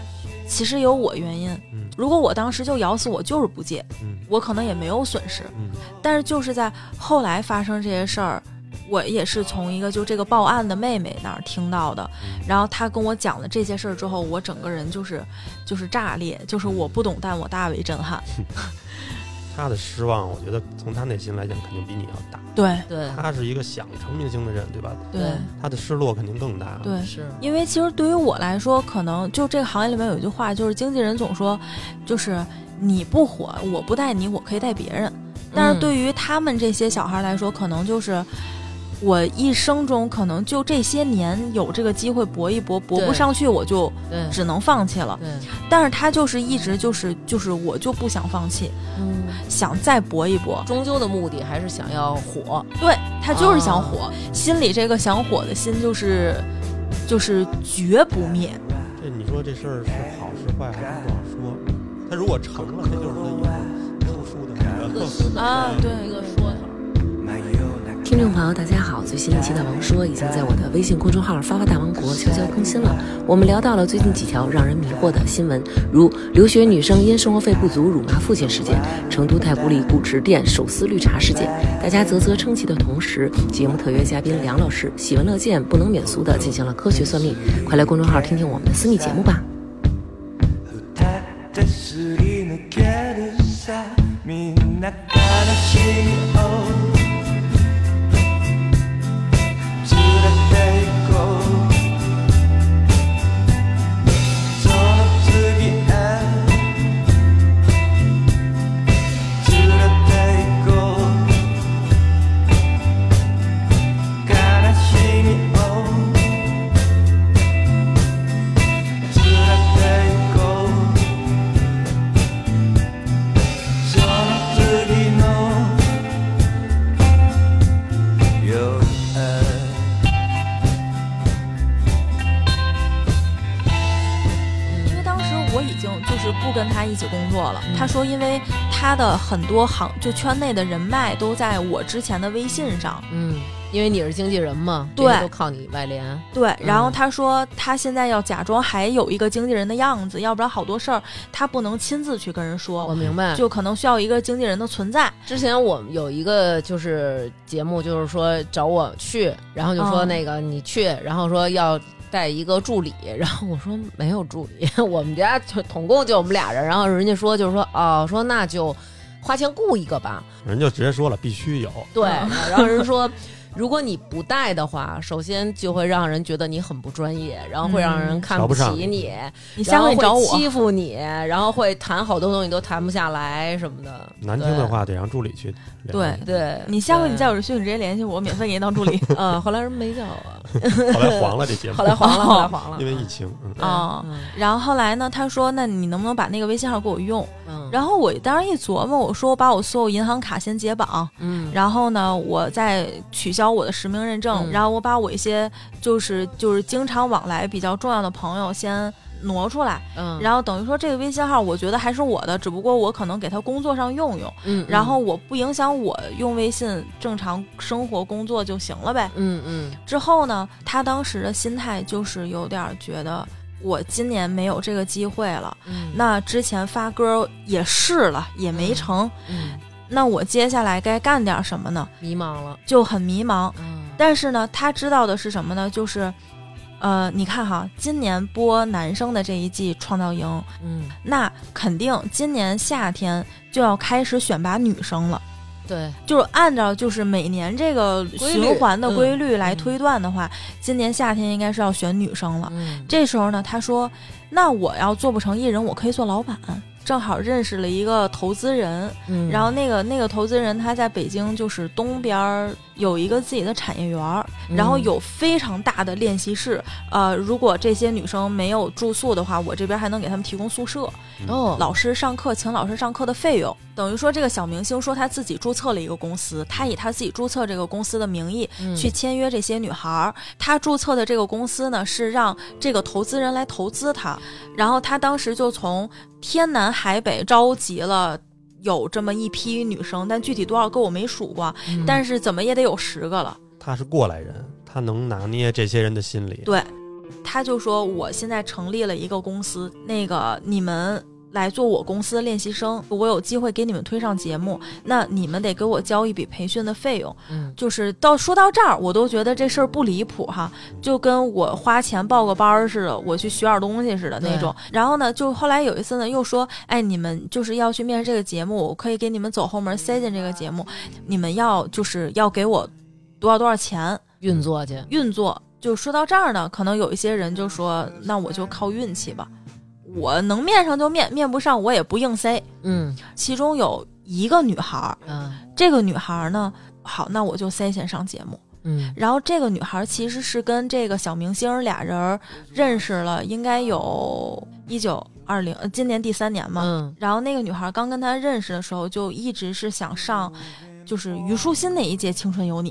其实有我原因。
嗯
如果我当时就咬死我就是不借，
嗯
我可能也没有损失。
嗯
但是就是在后来发生这些事儿，我也是从一个就这个报案的妹妹那儿听到的，
嗯
然后她跟我讲了这些事儿之后，我整个人就是就是炸裂，就是我不懂，但我大为震撼。
他的失望，我觉得从他内心来讲，肯定比你要大。
对
对
他是一个想成明星的人，对吧？
对
他的失落肯定更大。
对，
是
因为其实对于我来说，可能就这个行业里面有一句话，就是经纪人总说，就是你不火，我不带你，我可以带别人。但
嗯
是对于他们这些小孩来说，可能就是我一生中可能就这些年有这个机会搏一搏，搏不
对
上去我就
对嗯
只能放弃了。
对
但是他就是一直就是就是我就不想放弃，
嗯，
想再搏一搏。
终究的目的还是想要火。
对他就是想
哦
火，心里这个想火的心就是就是绝不灭。
这你说这事儿是好是坏还真不好说。他如果成了，这就是他以后出书的那个。
啊对
一个说头。
听众朋友，大家好！最新一期的《王说》已经在我的微信公众号“发发大王国”悄悄更新了。我们聊到了最近几条让人迷惑的新闻，如留学女生因生活费不足辱骂父亲事件、成都太古里古驰店手撕绿茶事件。大家啧啧称奇的同时，节目特约嘉宾梁老师喜闻乐见，不能免俗地进行了科学算命。快来公众号听听我们的私密节目吧！
다다스리는 깨는 삶이 나타나시오 지렛대고 전업특이한 지렛대고 가라시미오 지렛대고 저기 너 요아
因为当时我已经就是不跟他一起工作了。
嗯
他说，因为他的很多行就圈内的人脉都在我之前的微信上。
嗯，因为你是经纪人嘛，
对
这些都靠你外联。
对，然后
嗯
他说他现在要假装还有一个经纪人的样子，要不然好多事儿他不能亲自去跟人
我
说，
明白，
就可能需要一个经纪人的存在。
之前我们有一个就是节目，就是说找我去，然后就说
嗯
那个你去，然后说要带一个助理，然后我说没有助理，我们家就总共就我们俩人，然后人家说就是说哦，说那就花钱雇一个吧，
人就直接说了，必须有。
对，
嗯
然后人说。如果你不带的话，首先就会让人觉得你很不专业，然后会让人看
瞧不上
起你，
你
然
下
后
回
会
你找我，
欺负你，然后会谈好多东西都谈不下来什么的。
难听的话得让助理去聊。
对
对，
你下回你
对
再有这需求，你直接联系我，我免费给你当助
(laughs)
理 (laughs)
啊，后来人没叫
哦
(laughs)
我，
后来黄了这节目
(laughs) 后，来黄了，后来黄了，
因为疫情。嗯
啊。
嗯
然后后来呢，他说那你能不能把那个微信号给我用？
嗯，
然后我当时一琢磨，我说我把我所有银行卡先解绑，
嗯，
然后呢，我再取消我的实名认证，
嗯
然后我把我一些就是就是经常往来比较重要的朋友先挪出来，
嗯，
然后等于说这个微信号，我觉得还是我的，只不过我可能给他工作上用用，
嗯，嗯
然后我不影响我用微信正常生活工作就行了呗。
嗯嗯
之后呢，他当时的心态就是有点儿觉得我今年没有这个机会了，
嗯，
那之前发歌也试了也没成，
嗯
那我接下来该干点什么呢？
迷茫了，
就很迷茫。
嗯，
但是呢，他知道的是什么呢？就是，呃，你看哈，今年播男生的这一季《创造营》，
嗯
那肯定今年夏天就要开始选拔女生了。
对，
就是按照就是每年这个
规律
循环的规律来
嗯
推断的话，今年夏天应该是要选女生了。
嗯
啊这时候呢，他说：“那我要做不成艺人，我可以做老板。”正好认识了一个投资人，
嗯
然后那个那个投资人他在北京就是东边儿有一个自己的产业园儿，然后
嗯
有非常大的练习室。呃，如果这些女生没有住宿的话，我这边还能给他们提供宿舍。
哦，
老师上课请老师上课的费用，等于说这个小明星说他自己注册了一个公司，他以他自己注册这个公司的名义
嗯
去签约这些女孩儿。他注册的这个公司呢是让这个投资人来投资他，然后他当时就从天南海北召集了。有这么一批女生，但具体多少个我没数过，
嗯
但是怎么也得有十个了。
他是过来人，他能拿捏这些人的心理。
对，他就说我现在成立了一个公司，那个你们来做我公司的练习生，我有机会给你们推上节目，那你们得给我交一笔培训的费用。
嗯
就是到说到这儿，我都觉得这事儿不离谱哈，就跟我花钱报个班儿似的，我去学点东西似的那种。然后呢，就后来有一次呢，又说，哎，你们就是要去面试这个节目，我可以给你们走后门塞进这个节目，你们要就是要给我多少多少钱。
运作去，
运作。就说到这儿呢，可能有一些人就说：“那我就靠运气吧，我能面上就面，面不上我也不硬塞。
嗯”
其中有一个女孩儿，
啊
这个女孩儿呢，好，那我就塞钱上节目。
嗯
然后这个女孩儿其实是跟这个小明星儿俩人儿认识了，应该有一九二零，呃今年第三年嘛。
嗯
然后那个女孩刚跟他认识的时候，就一直是想上，就是虞书欣那一届《青春有你》。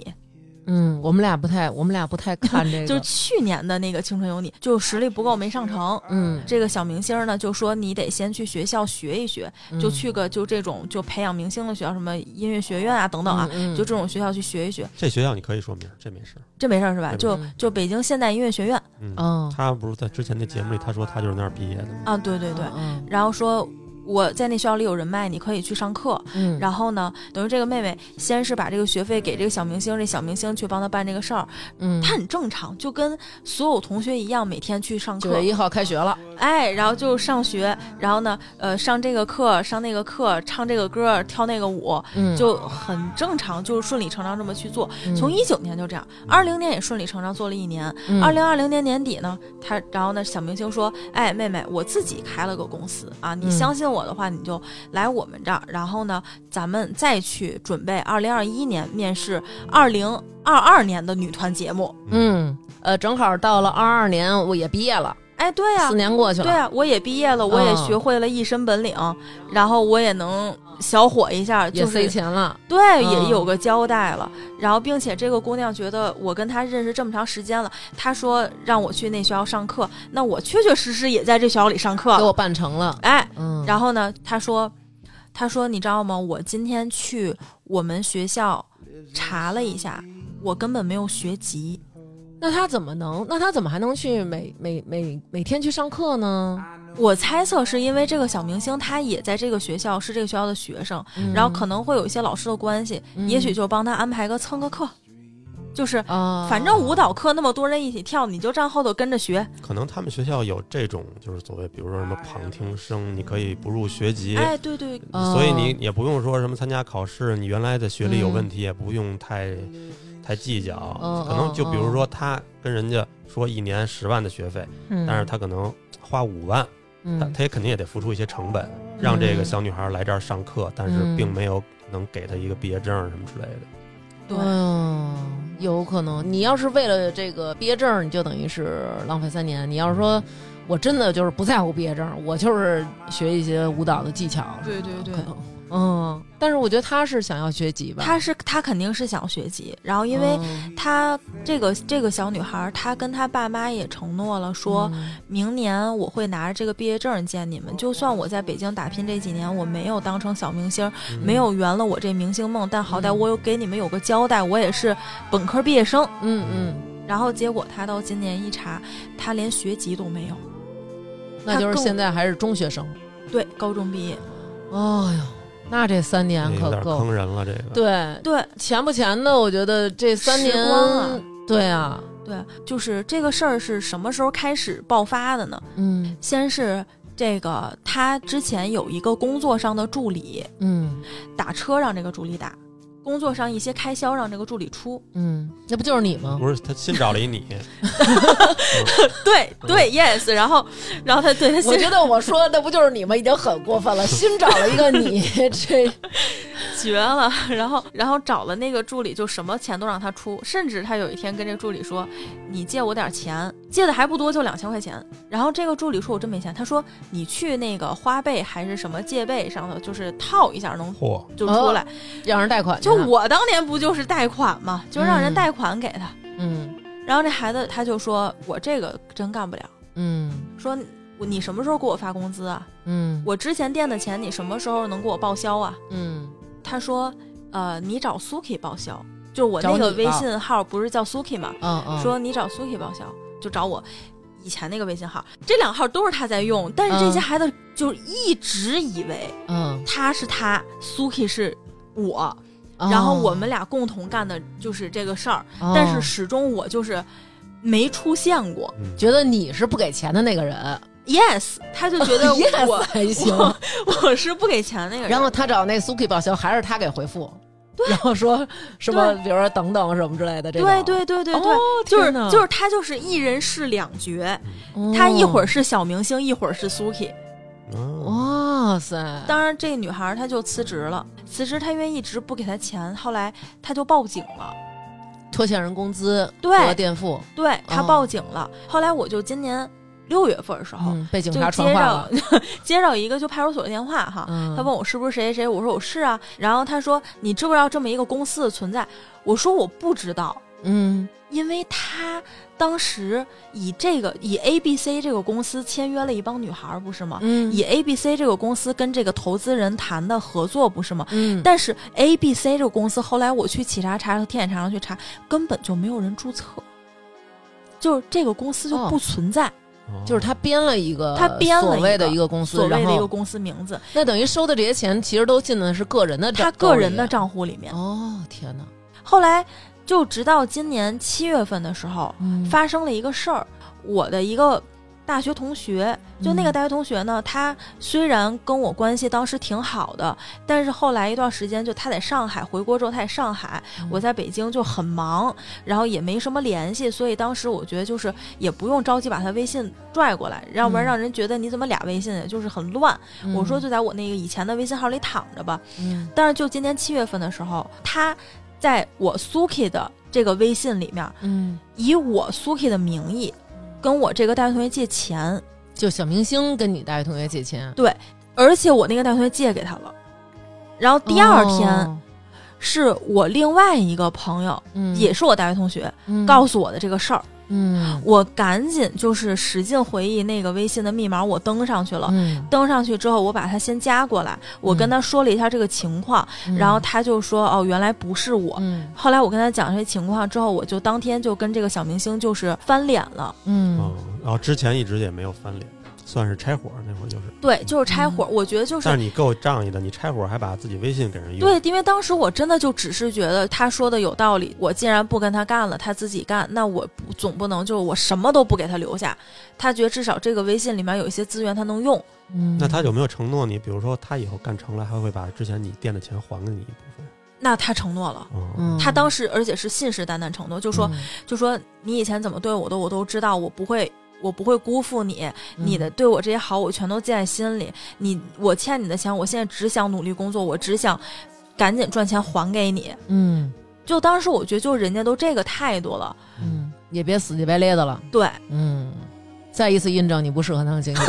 嗯，我们俩不太，我们俩不太看这个，
(laughs) 就是去年的那个《青春有你》，就实力不够没上成。
嗯，
这个小明星呢，就说你得先去学校学一学，
嗯
就去个就这种就培养明星的学校，什么音乐学院啊等等啊，
嗯
就这种学校去学一学，
这学校你可以说明，这没事。
这没事儿是吧？
嗯
就就北京现代音乐学院
嗯，
嗯
他不是在之前那节目里，他说他就是那儿毕业的。
啊，对对对。
嗯
然后说我在那学校里有人脉，你可以去上课。
嗯，
然后呢，等于这个妹妹先是把这个学费给这个小明星，这小明星去帮她办这个事儿，
嗯
她很正常，就跟所有同学一样，每天去上
九
课。
月一号开学了，
哎，然后就上学，然后呢，呃，上这个课，上那个课，唱这个歌，跳那个舞，
嗯
就很正常，就是顺理成章这么去做。
嗯
从一九年就这样，二零年也顺理成章做了一年。
嗯
二零二零年年底呢，他然后呢，小明星说：“哎，妹妹，我自己开了个公司啊，你
嗯
相信我的话，你就来我们这儿，然后呢，咱们再去准备二零二一年面试二零二二年的女团节目。
嗯呃，正好到了二二年，我也毕业了，”
哎，对呀、
四年过去
对
了，
啊，我也毕业
嗯
了，我也学会了一身本领，然后我也能小火一下，
也
就
塞
是
钱了，
对，
嗯
也有个交代了。然后，并且这个姑娘觉得我跟她认识这么长时间了，她说让我去那学校上课，那我确确实实也在这学校里上课
给
了
我办成了，
哎，
嗯，
然后呢，她说，她说你知道吗？我今天去我们学校查了一下，我根本没有学籍。
那他怎么能？那他怎么还能去每每每每天去上课呢？
我猜测是因为这个小明星他也在这个学校，是这个学校的学生，
嗯
然后可能会有一些老师的关系，
嗯
也许就帮他安排个蹭个课，就是
啊，
反正舞蹈课那么多人一起跳，你就站后头跟着学。
可能他们学校有这种，就是所谓，比如说什么旁听生，你可以不入学籍，
哎，对对，
哦
所以你也不用说什么参加考试，你原来的学历有问题，也不用太太计较。
嗯
可能就比如说他跟人家说一年十万的学费，
嗯
但是他可能花五万，他
嗯
他也肯定也得付出一些成本，让这个小女孩来这儿上课，但是
嗯
并没有能给她一个毕业证什么之类的。
对，
嗯，有可能。你要是为了这个毕业证，你就等于是浪费三年。你要是
嗯
说我真的就是不在乎毕业证，我就是学一些舞蹈的技巧，
对对对
可能嗯，但是我觉得他是想要学籍吧，
他是他肯定是想学习，然后因为
嗯
她这个这个小女孩儿，她跟她爸妈也承诺了说，
嗯
明年我会拿着这个毕业证见你们。就算我在北京打拼这几年，我没有当成小明星，没有圆了我这明星梦，但好歹我有给你们有个交代，我也是本科毕业生。
嗯嗯，
然后结果她到今年一查，她连学籍都没有，
那就是
他更
现在还是中学生。
对，高中毕业，
哎呦，那这三年
哎这有
可
点
够
坑啊人了，这个。
对
对
钱不钱的，我觉得这三年
时光啊
对啊，
对，就是这个事儿是什么时候开始爆发的呢？
嗯
先是这个她之前有一个工作上的助理，
嗯
打车让这个助理打，工作上一些开销让这个助理出。
嗯，那不就是你吗？
不是他新找了一
(laughs)
你，
对对、y e s 然后，然后他对他
我
心
觉得我说那不就是你吗？已经很
(laughs)
过分了，新找了一个你，这
绝了， (laughs) 然后然后找了那个助理，就什么钱都让他出，甚至他有一天跟这个助理说：“你借我点钱，借的还不多，就两千块钱。”然后这个助理说：“我真没钱。”他说：“你去那个花呗还是什么借呗上头，就是套一下能
嚯，
就出来。
(laughs) 让人贷款去
就
了，
我当年不就是贷款嘛，就让人
嗯
贷款给他。
嗯
然后这孩子他就说：“我这个真干不了。”
嗯
说我你什么时候给我发工资啊？
嗯，
我之前垫的钱你什么时候能给我报销啊？
嗯
他说，呃，你找 Suki 报销，就是我那
找
个
你
微
吧
信号不是叫 Suki 吗？
嗯嗯，
说你找 Suki 报销，就找我以前那个微信号，这两号都是他在用，但是这些
嗯
孩子就一直以为
嗯，
他是他，Suki 是我，
哦
然后我们俩共同干的就是这个事儿，
哦
但是始终我就是没出现过。
嗯
觉得你是不给钱的那个人，
Yes，他就觉得我。
(laughs) 哦 yes 还 (laughs) 行。
我我是不给钱那个人。
然后他找那 Suki 报销，还是他给回复，然后说什么，比如说等等什么之类的，这种
对对对对对，
哦
就是
天哪
就是他就是一人饰两角，他一
哦
会儿是小明星，一会儿是 Suki。
啊
哇塞，
当然，这女孩她就辞职了，辞职她因为一直不给她钱，后来她就报警了。
拖欠人工资
对
和垫付，
对她
哦
报警了，后来我就今年六月份的时候、
嗯，被警
哦就
察传
接
唤了
着， (laughs) 接着一个就派出所的电话哈，
嗯
他问我是不是谁谁谁，我说我是啊，然后他说你知不知道这么一个公司的存在？我说我不知道，
嗯
因为他当时以这个以 A B C 这个公司签约了一帮女孩儿，不是吗？
嗯
以 A B C 这个公司跟这个投资人谈的合作，不是吗？
嗯，
但是 A B C 这个公司后来我去企查查和天眼查上去查，根本就没有人注册，就是这个公司就
哦
不存在、
哦
就是他编了一个
他编了一个
所谓的一个公司，
所谓的一
然
个
后
公司名字，
那等于收的这些钱其实都进的是个人的账，
他个人的
账
账户里面
里。哦，天哪，
后来就直到今年七月份的时候，
嗯
发生了一个事儿，我的一个大学同学，就那个
嗯
大学同学呢，他虽然跟我关系当时挺好的，但是后来一段时间，就他在上海回国之后，他在上海，
嗯
我在北京就很忙，然后也没什么联系，所以当时我觉得就是也不用着急把他微信拽过来，要不然
嗯
让人觉得你怎么俩微信呀，就是很乱。我说
就
就在我那个以前的微信号里躺着吧，
嗯
但是就今年七月份的时候，他在我 Suki 的这个微信里面。
嗯，
以我 Suki 的名义跟我这个大学同学借钱，
就小明星跟你大学同学借钱，
而且我那个大学同学借给他了。然后第二天
哦
是我另外一个朋友，
嗯
也是我大学同学，告诉我的这个事儿。
嗯
我赶紧就是使劲回忆那个微信的密码，我登上去了。
嗯
登上去之后，我把他先加过来，我跟他说了一下这个情况，
嗯
然后他就说：“哦，原来不是我。
嗯
后来我跟他讲这情况之后，我就当天就跟这个小明星就是翻脸了。
嗯
嗯，然后之前一直也没有翻脸，算是拆伙那会儿就是。
对，就是
嗯
拆伙。我觉得就是
但是你够仗义的，你拆伙还把自己微信给人用，
对，因为当时我真的就只是觉得他说的有道理，我既然不跟他干了，他自己干，那我不总不能就是我什么都不给他留下。他觉得至少这个微信里面有一些资源他能用，
嗯，
那他有没有承诺你？比如说他以后干成了，还会把之前你垫的钱还给你一部分？
那他承诺了。
嗯
嗯
他当时而且是信誓旦旦承诺，就说、就说你以前怎么对我的我都知道，我不会我不会辜负你，你的对我这些好我全都记在心里。你我欠你的钱，我现在只想努力工作，我只想赶紧赚钱还给你。
嗯
就当时我觉得，就人家都这个态度了，
嗯也别死乞白咧的了，
对。
嗯，
(laughs)
再一次印证你不适合当经理，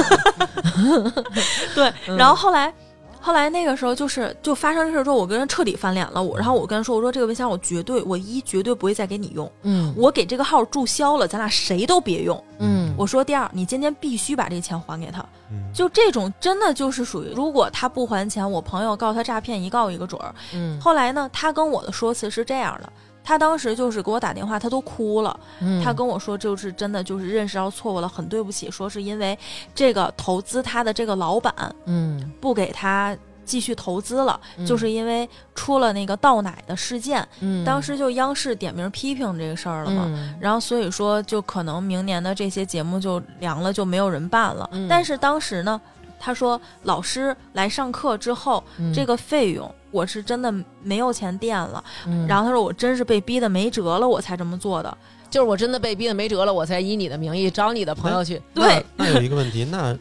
对，
嗯
然后后来。后来那个时候就是就发生这事儿之后，我跟人彻底翻脸了。我然后我跟他说，我说这个微信号我绝对我一绝对不会再给你用，
嗯
我给这个号注销了，咱俩谁都别用。
嗯，
我说第二，你今天必须把这钱还给他。
嗯
就这种真的就是属于，如果他不还钱，我朋友告他诈骗，一告一个准儿。
嗯
后来呢，他跟我的说辞是这样的。他当时就是给我打电话，他都哭了。
嗯
他跟我说，就是真的就是认识到错误了，很对不起，说是因为这个投资他的这个老板
嗯
不给他继续投资了，
嗯
就是因为出了那个倒奶的事件，
嗯
当时就央视点名批评这个事儿了嘛。
嗯
然后所以说，就可能明年的这些节目就凉了，就没有人办了。
嗯
但是当时呢，他说老师来上课之后，
嗯
这个费用我是真的没有钱垫了。
嗯
然后他说我真是被逼的没辙了，我才这么做的。
就是我真的被逼得没辙了，我才以你的名义找你的朋友去，
对，
那那有一个问题，那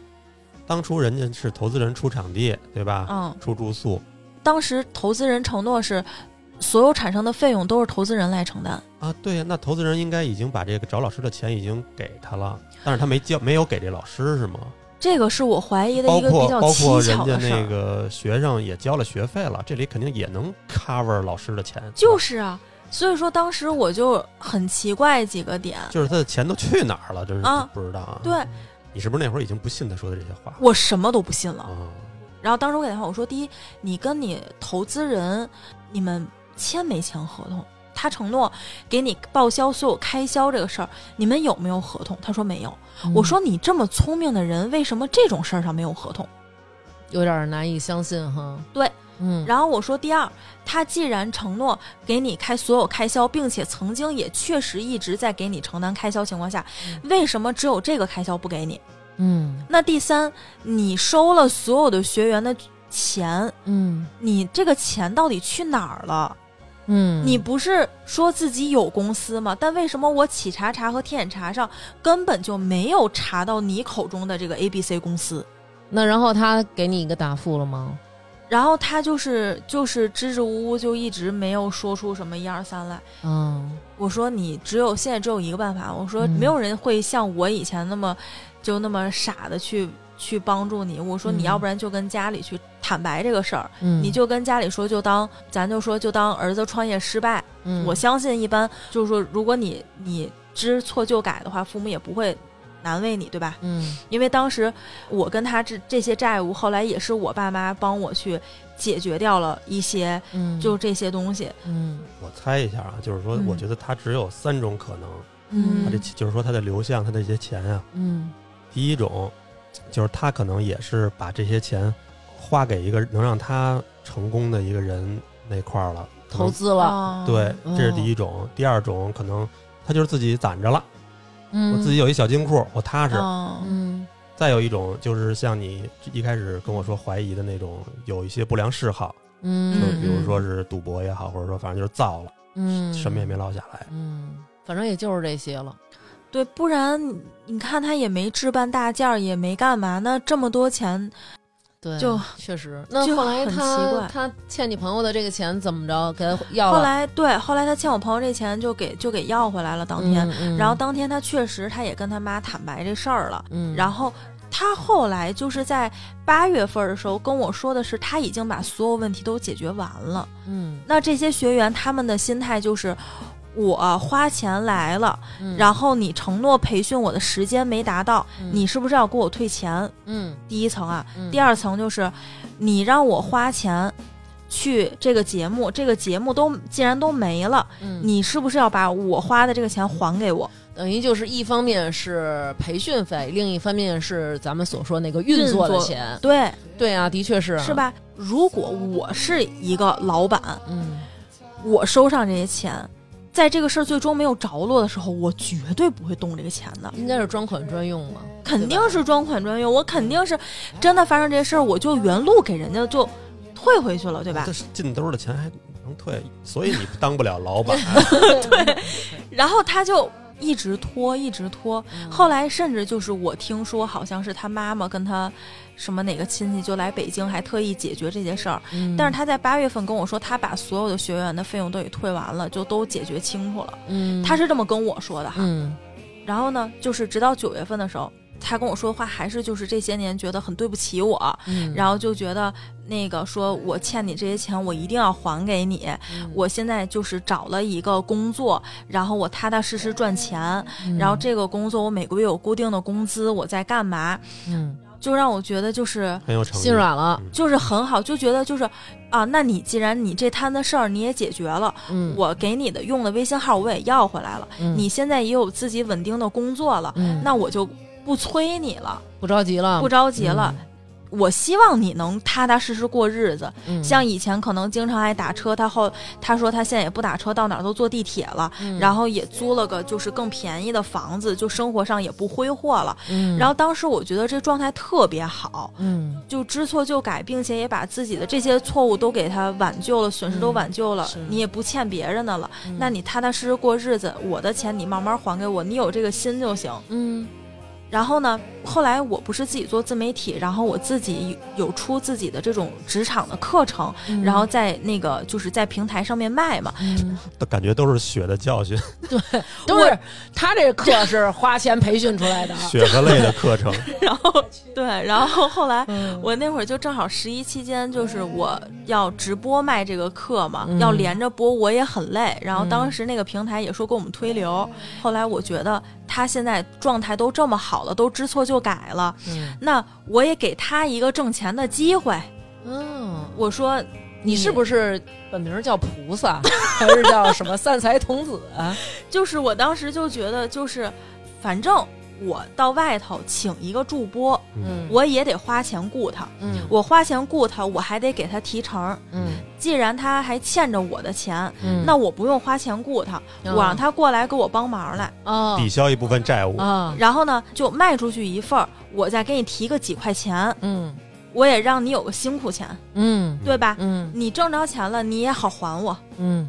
当初人家是投资人出场地，对吧？
嗯，
出住宿
当时投资人承诺是。所有产生的费用都是投资人来承担，
啊，对呀，那投资人应该已经把这个找老师的钱已经给他了，但是他没交，没有给这老师是吗？
这个是我怀疑的
包
一个比
括
较
包括
蹊
人
跷
家
的事儿。
那个学生也交了学费了，这里肯定也能 cover 老师的钱，
就是是啊，所以说当时我就很奇怪几个点
吧。就是他的钱都去哪儿了，真是
啊
不知道啊。
对
你是不是那会儿已经不信他说的这些话
我什么都不信了，
啊？
然后当时我给他，我说：第一，你跟你投资人，你们签没签合同？他承诺给你报销所有开销这个事儿，你们有没有合同？他说没有。哎
嗯
我说你这么聪明的人，为什么这种事儿上没有合同？
嗯有点难以相信哈。
对，
嗯，
然后我说第二，他既然承诺给你开所有开销，并且曾经也确实一直在给你承担开销情况下，为什么只有这个开销不给你？
嗯
那第三，你收了所有的学员的钱，
嗯
你这个钱到底去哪儿了？
嗯，
你不是说自己有公司吗？但为什么我企查查和天眼查上根本就没有查到你口中的这个 A、B、C 公司？
那然后他给你一个答复了吗？
然后他就是就是支支吾吾，就一直没有说出什么一二三来。
嗯
我说你只有现在只有一个办法，我说
嗯
没有人会像我以前那么就那么傻的去去帮助你。我说
嗯
你要不然就跟家里去坦白这个事儿，
嗯，
你就跟家里说，就当咱就说就当儿子创业失败，
嗯
我相信一般就是说，如果你你知错就改的话，父母也不会难为你，对吧？
嗯
因为当时我跟他这这些债务，后来也是我爸妈帮我去解决掉了一些，
嗯
就这些东西。
嗯
我猜一下啊，就是说，
嗯
我觉得他只有三种可能，
嗯
他这就是说他的流向，他的这些钱啊，
嗯
第一种就是他可能也是把这些钱花给一个能让他成功的一个人那块儿了，可能
投资
嗯
了，
对，这是
哦
第一种。第二种可能他就是自己攒着了，
嗯
我自己有一小金库，我踏实。
嗯
嗯
再有一种就是像你一开始跟我说怀疑的那种，有一些不良嗜好，就
嗯，
比如说是赌博也好，或者说反正就是造了，
嗯
什么也没落下来。
嗯，反正也就是这些了。
对，不然你你看他也没置办大件儿，也没干嘛，那这么多钱，
对，
就
确实。那
就
后来
很奇
他
怪
他欠你朋友的这个钱怎么着？给他要了
后来对，后来他欠我朋友这钱就给就给要回来了，当天。
嗯嗯
然后当天他确实他也跟他妈坦白这事儿了，
嗯，
然后他后来就是在八月份的时候跟我说的是，他已经把所有问题都解决完了。
嗯
那这些学员他们的心态就是。我花钱来了，
嗯，
然后你承诺培训我的时间没达到，
嗯
你是不是要给我退钱？
嗯
第一层啊，
嗯
第二层就是你让我花钱去这个节目，这个节目都既然都没了，
嗯
你是不是要把我花的这个钱还给我？
等于就是一方面是培训费，另一方面是咱们所说那个运作的
运作
钱。
对，
对啊，的确是
是？吧？如果我是一个老板，
嗯
我收上这些钱，在这个事儿最终没有着落的时候，我绝对不会动这个钱的，
应该是专款专用嘛，
肯定是专款专用，我肯定是真的发生这些事儿，我就原路给人家就退回去了，对吧
这？进兜儿的钱还能退，所以你当不了老
(laughs)
板。
然后他就一直拖，一直拖，
嗯
后来甚至就是我听说，好像是他妈妈跟他什么哪个亲戚就来北京，还特意解决这些事儿。
嗯
但是他在八月份跟我说，他把所有的学员的费用都给退完了，就都解决清楚了。
嗯
他是这么跟我说的哈。
嗯
然后呢，就是直到九月份的时候，他跟我说的话还是就是这些年觉得很对不起我，
嗯
然后就觉得那个说我欠你这些钱，我一定要还给你。
嗯
我现在就是找了一个工作，然后我踏踏实实赚钱，
嗯
然后，这个工作我每个月有固定的工资，我在干嘛，
嗯嗯，
就让我觉得就是
很有诚意。
心软了，
就是很好，就觉得就是啊，那你既然你这摊子事儿你也解决了，
嗯，
我给你的用的微信号我也要回来了，
嗯
你，现在也有自己稳定的工作了，
嗯啊
那我就不催你了，
不着急了，
不着急了。我希望你能踏踏实实过日子，
嗯，
像以前可能经常爱打车，他后他说他现在也不打车，到哪儿都坐地铁了，
嗯
然，后也租了个就是更便宜的房子，就生活上也不挥霍了。
嗯
然后，当时我觉得这状态特别好，
嗯，
就知错就改，并且也把自己的这些错误都给他挽救了，损失都
嗯
挽救了
是，嗯
你也不欠别人的了。那你踏踏实实过日子，我的钱你慢慢还给我，你有这个心就行。
嗯，
然后呢，后来我不是自己做自媒体，然后我自己有出自己的这种职场的课程，
嗯，
然后在那个就是在平台上面卖嘛。
嗯
都感觉都是血的教
(laughs)
训，
都是他这课是花钱培训出来的，
血和泪的课程。
(laughs) 然后对，然后后来
嗯
我那会儿就正好十一期间，就是我要直播卖这个课嘛，
嗯
要连着播，我也很累。然后
嗯
当时那个平台也说给我们推流，后来我觉得他现在状态都这么好了，都知错就改了，
嗯
那我也给他一个挣钱的机会。
嗯，
我说
你是不是本名叫
(laughs)
菩萨，还是叫什么散财童子啊？
就是我当时就觉得，就是反正我到外头请一个助播，
嗯，
我也得花钱雇他，
嗯
我花钱雇他，我还得给他提成。
嗯
既然他还欠着我的钱，
嗯，
那我不用花钱雇他，我让他过来给我帮忙来。
哦
抵消一部分债务，
啊
然后呢，就卖出去一份儿，我再给你提个几块钱，
嗯
我也让你有个辛苦钱，
嗯
对吧？
嗯
你挣着钱了，你也好还我。
嗯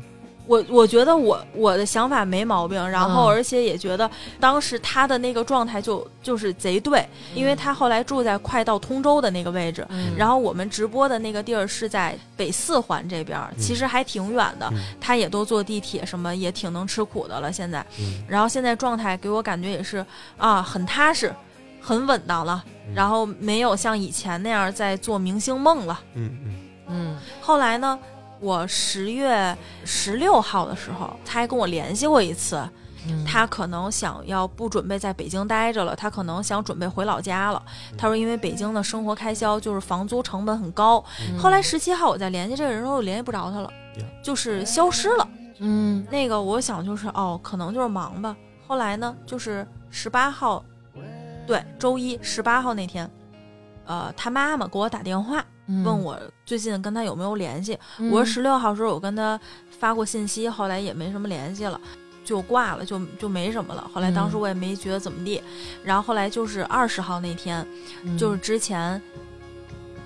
我我觉得我我的想法没毛病，然后
嗯
而且也觉得当时他的那个状态就就是贼对，因为他后来住在快到通州的那个位置，
嗯
然后我们直播的那个地儿是在北四环这边儿，
嗯
其实还挺远的
嗯，
他也都坐地铁什么也挺能吃苦的了现在，
嗯
然后现在状态给我感觉也是啊很踏实，很稳当了，
嗯
然后没有像以前那样在做明星梦了。
嗯嗯，
嗯
后来呢，我十月十六号的时候，他还跟我联系过一次，
嗯
他可能想要不准备在北京待着了，他可能想准备回老家了。
嗯
他说，因为北京的生活开销就是房租成本很高。
嗯
后来十七号我再联系这个人的时候，我联系不着他了
呀，
就是消失了。
嗯
那个我想就是哦，可能就是忙吧。后来呢，就是十八号，对，周一十八号那天，呃，他妈妈给我打电话，
嗯
问我最近跟他有没有联系。我说十六号时候我跟他发过信息，后来也没什么联系了，就挂了，就就没什么了。后来当时
嗯
我也没觉得怎么地，然后后来就是二十号那天，
嗯
就是之前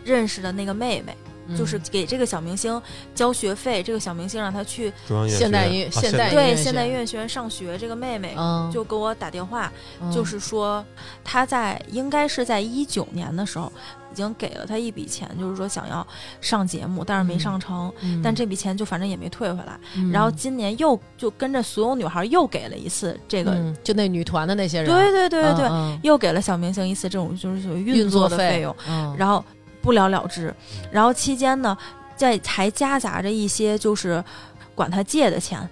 认识的那个妹妹，
嗯
就是给这个小明星交学费，这个小明星让他去
中央音乐
现代
学
音
院啊
现
现
代
代
音乐
对
学
现代音乐学院上学，这个妹妹
嗯
就给我打电话，
嗯
就是说他在应该是在一九年的时候，已经给了他一笔钱，就是说想要上节目，但是没上成，
嗯
但这笔钱就反正也没退回来。
嗯
然后今年又就跟着所有女孩又给了一次这个，
嗯就那女团的那些人
对对对对对，
嗯嗯
又给了小明星一次这种就是属于
运
作的
费
用，，
嗯
然后不了了之。然后期间呢，在还夹杂着一些就是管他借的钱，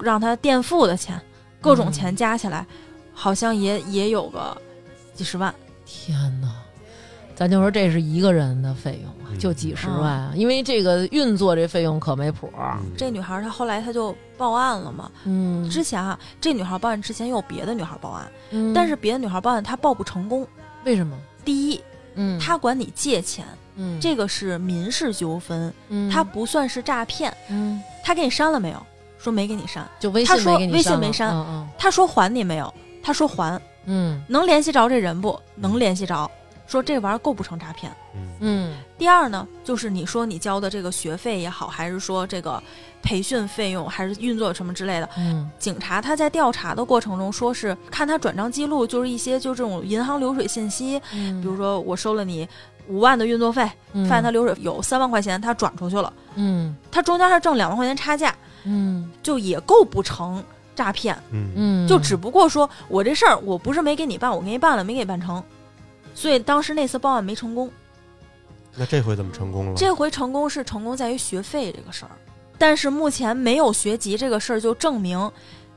让他垫付的钱，各种
嗯
钱加起来，好像也也有个几十万。
天哪！咱就说这是一个人的费用啊，
嗯
就几十万啊，因为这个运作这费用可没谱儿。
嗯
这女孩她后来她就报案了嘛。
嗯，
之前啊，这女孩报案之前有别的女孩报案，
嗯
但是别的女孩报案她报不成功。
为什么？
第一，
嗯，
她管你借钱，
嗯
这个是民事纠纷，
嗯
它不算是诈骗。
嗯
她给你删了没有？说没给你删。
就微
他
信
说
没给你
微信
了
没删
嗯
她说还你没有？她说还。
嗯
能联系着这人不？能联系着。说这玩意儿构不成诈骗。
嗯
嗯
第二呢，就是你说你交的这个学费也好，还是说这个培训费用，还是运作什么之类的，
嗯
警察他在调查的过程中，说是看他转账记录，就是一些就这种银行流水信息，
嗯，
比如说我收了你五万的运作费，
嗯
发现他流水有三万块钱，他转出去了，
嗯
他中间还挣两万块钱差价，
嗯
就也构不成诈骗，
嗯
嗯，
就只不过说我这事儿我不是没给你办，我给你办了，没给你办成。所以当时那次报案没成功，
那这回怎么成功了？
这回成功是成功在于学费这个事儿，但是目前没有学籍这个事儿就证明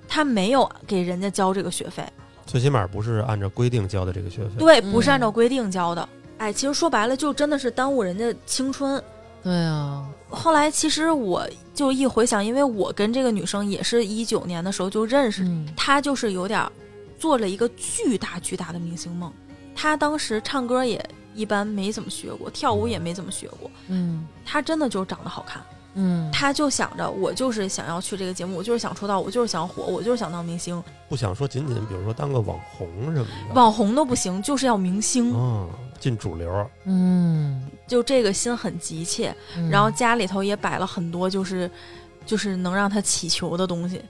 他没有给人家交这个学费，
最起码不是按照规定交的这个学费。
对，
嗯
不是按照规定交的。哎，其实说白了就真的是耽误人家青春。
对啊，
后来其实我就一回想，因为我跟这个女生也是一九年的时候就认识，
嗯
她就是有点儿做了一个巨大巨大的明星梦。她当时唱歌也一般没怎么学过，跳舞也没怎么学过，
嗯
她真的就是长得好看。
嗯，
他就想着我就是想要去这个节目，我就是想出道，我就是想火，我就是想当明星，
不想说仅仅比如说当个网红什么的。
网红都不行，就是要明星，
哦
嗯，进主流。
嗯，
就这个心很急切。
嗯
然后家里头也摆了很多就是就是能让他祈求的东西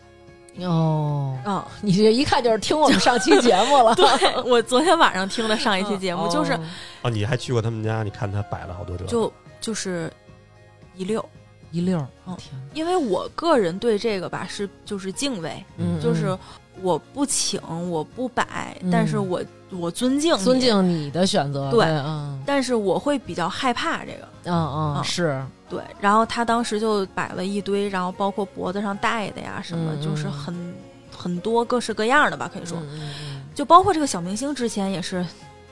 哦，
啊。 (laughs)
你这一看就是听我们上期节目了，
对我昨天晚上听的 (laughs) 上一期节目，
哦
就是
哦，你还去过他们家？你看他摆了好多这个。
就就是一溜，
一溜儿，
嗯
天哪，
因为我个人对这个吧是就是敬畏，
嗯
就是我不请我不摆，
嗯
但是我我尊敬你
尊，敬你的选择，
对
嗯
但是我会比较害怕这个。
嗯嗯，
嗯
是，
对，然后他当时就摆了一堆，然后包括脖子上戴的呀什么，
嗯
就是
嗯
很很多各式各样的吧，可以说，
嗯嗯嗯
就包括这个小明星之前也是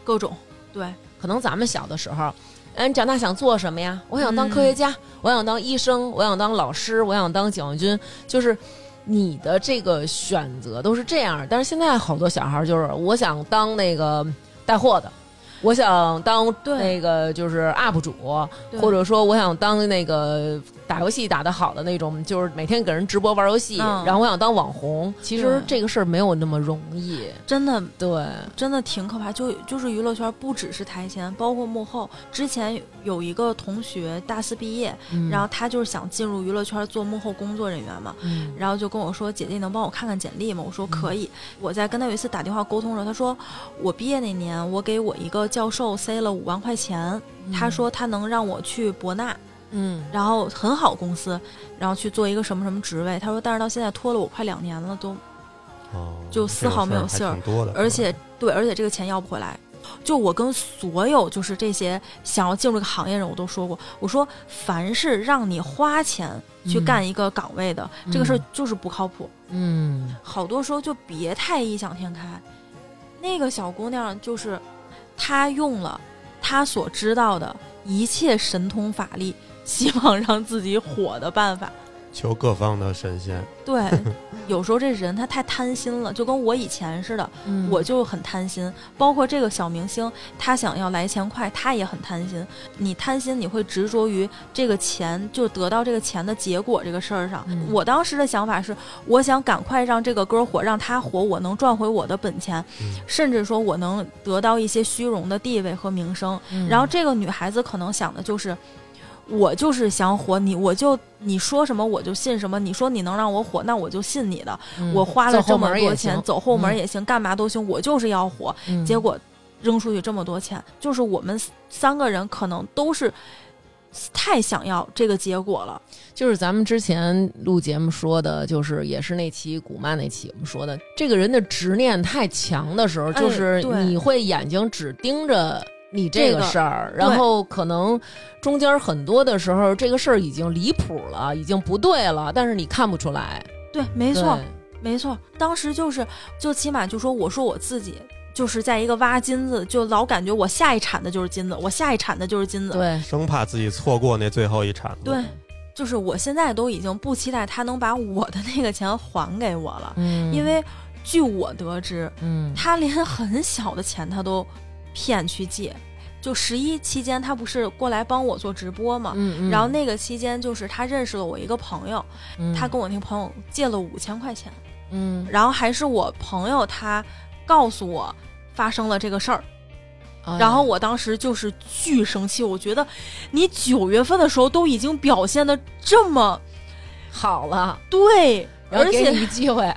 各种，对，
可能咱们小的时候，哎，你长大想做什么呀？我想当科学家，
嗯
我想当医生，我想当老师，我想当解放军，就是。你的这个选择都是这样，但是现在好多小孩就是，我想当那个带货的，我想当
对
那个就是 UP 主，
对
或者说我想当那个打游戏打得好的那种，就是每天给人直播玩游戏，
嗯
然后我想当网红。其实
对
这个事儿没有那么容易，
真的
对，
真的挺可怕。就就是娱乐圈不只是台前，包括幕后。之前有一个同学大四毕业，
嗯
然后他就是想进入娱乐圈做幕后工作人员嘛，
嗯
然后就跟我说：“姐姐，你能帮我看看简历吗？”我说：“可以。我在跟他有一次打电话沟通的时候，他说：“我毕业那年，我给我一个教授塞了五万块钱，他说他能让我去博纳，
嗯
然后很好公司，然后去做一个什么什么职位。他说，但是到现在拖了我快两年了，都
哦，
就丝毫没有
这
信
种事
儿
还挺多的。嗯
而且对，而且这个钱要不回来。”就我跟所有就是这些想要进入这个行业人，我都说过，我说凡是让你花钱去
嗯
干一个岗位的，这个事儿
嗯
就是不靠谱。
嗯
好多时候就别太异想天开。那个小姑娘就是，她用了她所知道的一切神通法力，希望让自己火的办法。
求各方的神仙。
对，有时候这人他太贪心了，就跟我以前似的，
嗯
我就很贪心。包括这个小明星，他想要来钱快，他也很贪心。你贪心，你会执着于这个钱，就得到这个钱的结果这个事儿上。
嗯
我当时的想法是，我想赶快让这个歌火，让他火，我能赚回我的本钱，
嗯
甚至说我能得到一些虚荣的地位和名声。
嗯
然后这个女孩子可能想的就是。我就是想火你，我就你说什么我就信什么。你说你能让我火，那我就信你的。
嗯
我花了
走
这
后门
么多
儿也行
钱，走后门
嗯
儿也行，干嘛都行，我就是要火。
嗯
结果扔出去这么多钱，就是我们三个人可能都是太想要这个结果了。
就是咱们之前录节目说的，就是也是那期古曼那期我们说的，这个人的执念太强的时候，
哎
就是
对
你会眼睛只盯着。你这
这
个
个
事儿，然后可能中间很多的时候，这个事儿已经离谱了，已经不对了，但是你看不出来。
对，没
没
错，没错。当时就是，就起码就说，我说我自己就是在一个挖金子，就老感觉我下一产的就是金子，我下一产的就是金子。
对，
生怕自己错过那最后一铲子。
对，就是我现在都已经不期待他能把我的那个钱还给我了，
嗯，
因为据我得知，
嗯，
他连很小的钱他都骗去借。就十一期间，他不是过来帮我做直播嘛？
嗯，嗯
然后那个期间，就是他认识了我一个朋友，
嗯
他跟我那个朋友借了五千块钱，
嗯
然后还是我朋友他告诉我发生了这个事儿，
哎
然后我当时就是巨生气，我觉得你九月份的时候都已经表现的这么
好了，
对，
然后
而
给你
且
一机
(laughs)
会，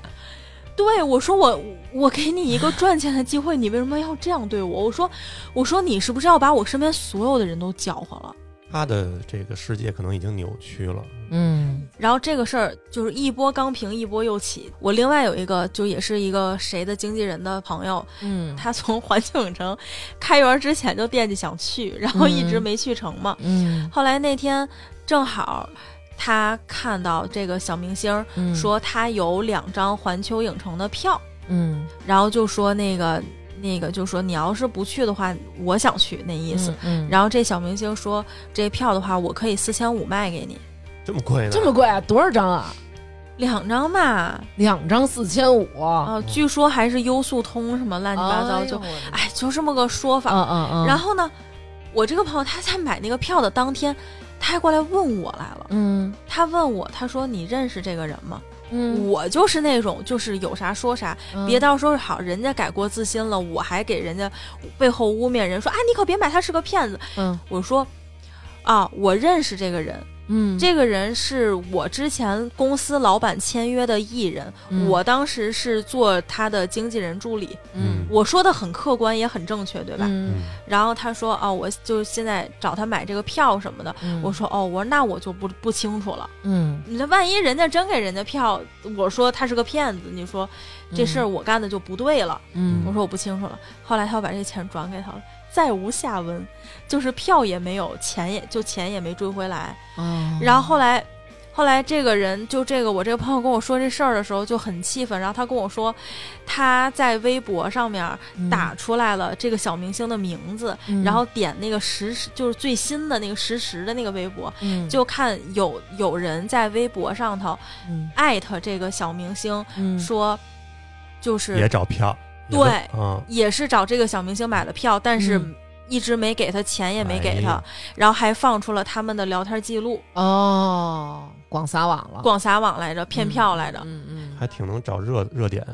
对我说我我给你一个赚钱的机会，你为什么要这样对我？我说我说你是不是要把我身边所有的人都搅和了？
他的这个世界可能已经扭曲了。
嗯
然后这个事儿就是一波刚平，一波又起。我另外有一个，就也是一个谁的经纪人的朋友，
嗯
他从环球影城开园之前就惦记想去，然后一直
嗯
没去成嘛。
嗯
后来那天正好他看到这个小明星
嗯
说他有两张环球影城的票，
嗯
然后就说那个那个就说你要是不去的话，我想去那意思。，
嗯嗯
然后这小明星说这票的话，我可以四千五卖给你，
这么贵呢？
这么贵啊？多少张啊？
两张吧。
两张四千五，
啊，据说还是优速通什么乱七八糟，就
哎
哎就这么个说
呦，
法。
嗯嗯嗯，
然后呢，我这个朋友他在买那个票的当天，他还过来问我来了。
嗯
他问我，他说你认识这个人吗？
嗯，
我就是那种就是有啥说啥，
嗯
别到时候好人家改过自新了，我还给人家背后污蔑人说啊，你可别买，他是个骗子。
嗯
我说啊，我认识这个人，
嗯
这个人是我之前公司老板签约的艺人，
嗯
我当时是做他的经纪人助理。
嗯
我说的很客观，也很正确，对吧？
嗯
然后他说啊，我就现在找他买这个票什么的。
嗯
我说哦，我说那我就不不清楚了。
嗯
你这万一人家真给人家票，我说他是个骗子，你说这事儿我干的就不对了。
嗯
我说我不清楚了。后来他又把这钱转给他了，再无下文，就是票也没有，钱也就钱也没追回来。
哦
然后后来，后来这个人就这个我这个朋友跟我说这事儿的时候就很气愤，然后他跟我说他在微博上面打出来了这个小明星的名字，
嗯
然后点那个实时就是最新的那个实时的那个微博，
嗯
就看有有人在微博上头
嗯
艾特这个小明星
嗯
说，就是
也找票，也
对
不嗯，
也是找这个小明星买了票，但是
嗯
一直没给他钱，也没给
哎
他，
呀
然后还放出了他们的聊天记录，
哦，广撒网了，
广撒网来着，骗票来着。
嗯嗯，
还挺能找热热点。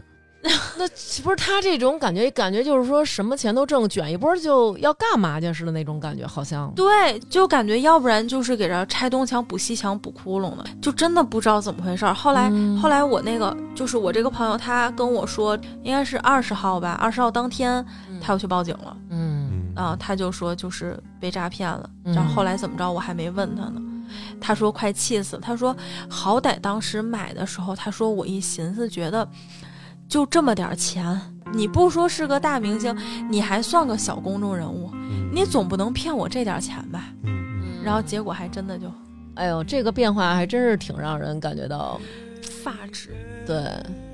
那不是他这种感觉，感觉就是说什么钱都挣，卷一波就要干嘛去似的那种感觉，好像
对，就感觉要不然就是给这拆东墙补西墙补窟窿的，就真的不知道怎么回事儿。后来，
嗯
后来我那个就是我这个朋友，他跟我说，应该是二十号吧，二十号当天他又去报警了，
嗯
嗯
啊、他就说就是被诈骗了。
嗯
然后后来怎么着，我还没问他呢。他说快气死了，他说好歹当时买的时候，他说我一寻思觉得就这么点儿钱，你不说是个大明星，你还算个小公众人物，
嗯
你总不能骗我这点儿钱吧？
嗯嗯
然后结果还真的就
哎呦，这个变化还真是挺让人感觉到，
发指。
对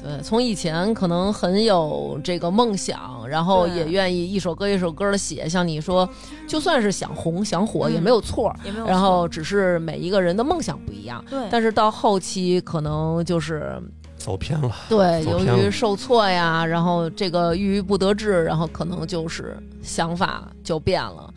对，从以前可能很有这个梦想，然后
对
也愿意一首歌一首歌的写，像你说，就算是想红想火也
嗯
没有错儿，
也没有错。
然后只是每一个人的梦想不一样。
对，
但是到后期可能就是
走偏了。
对，
走
由
偏
于
了
受挫呀，然后这个郁郁不得志，然后可能就是想法就变了。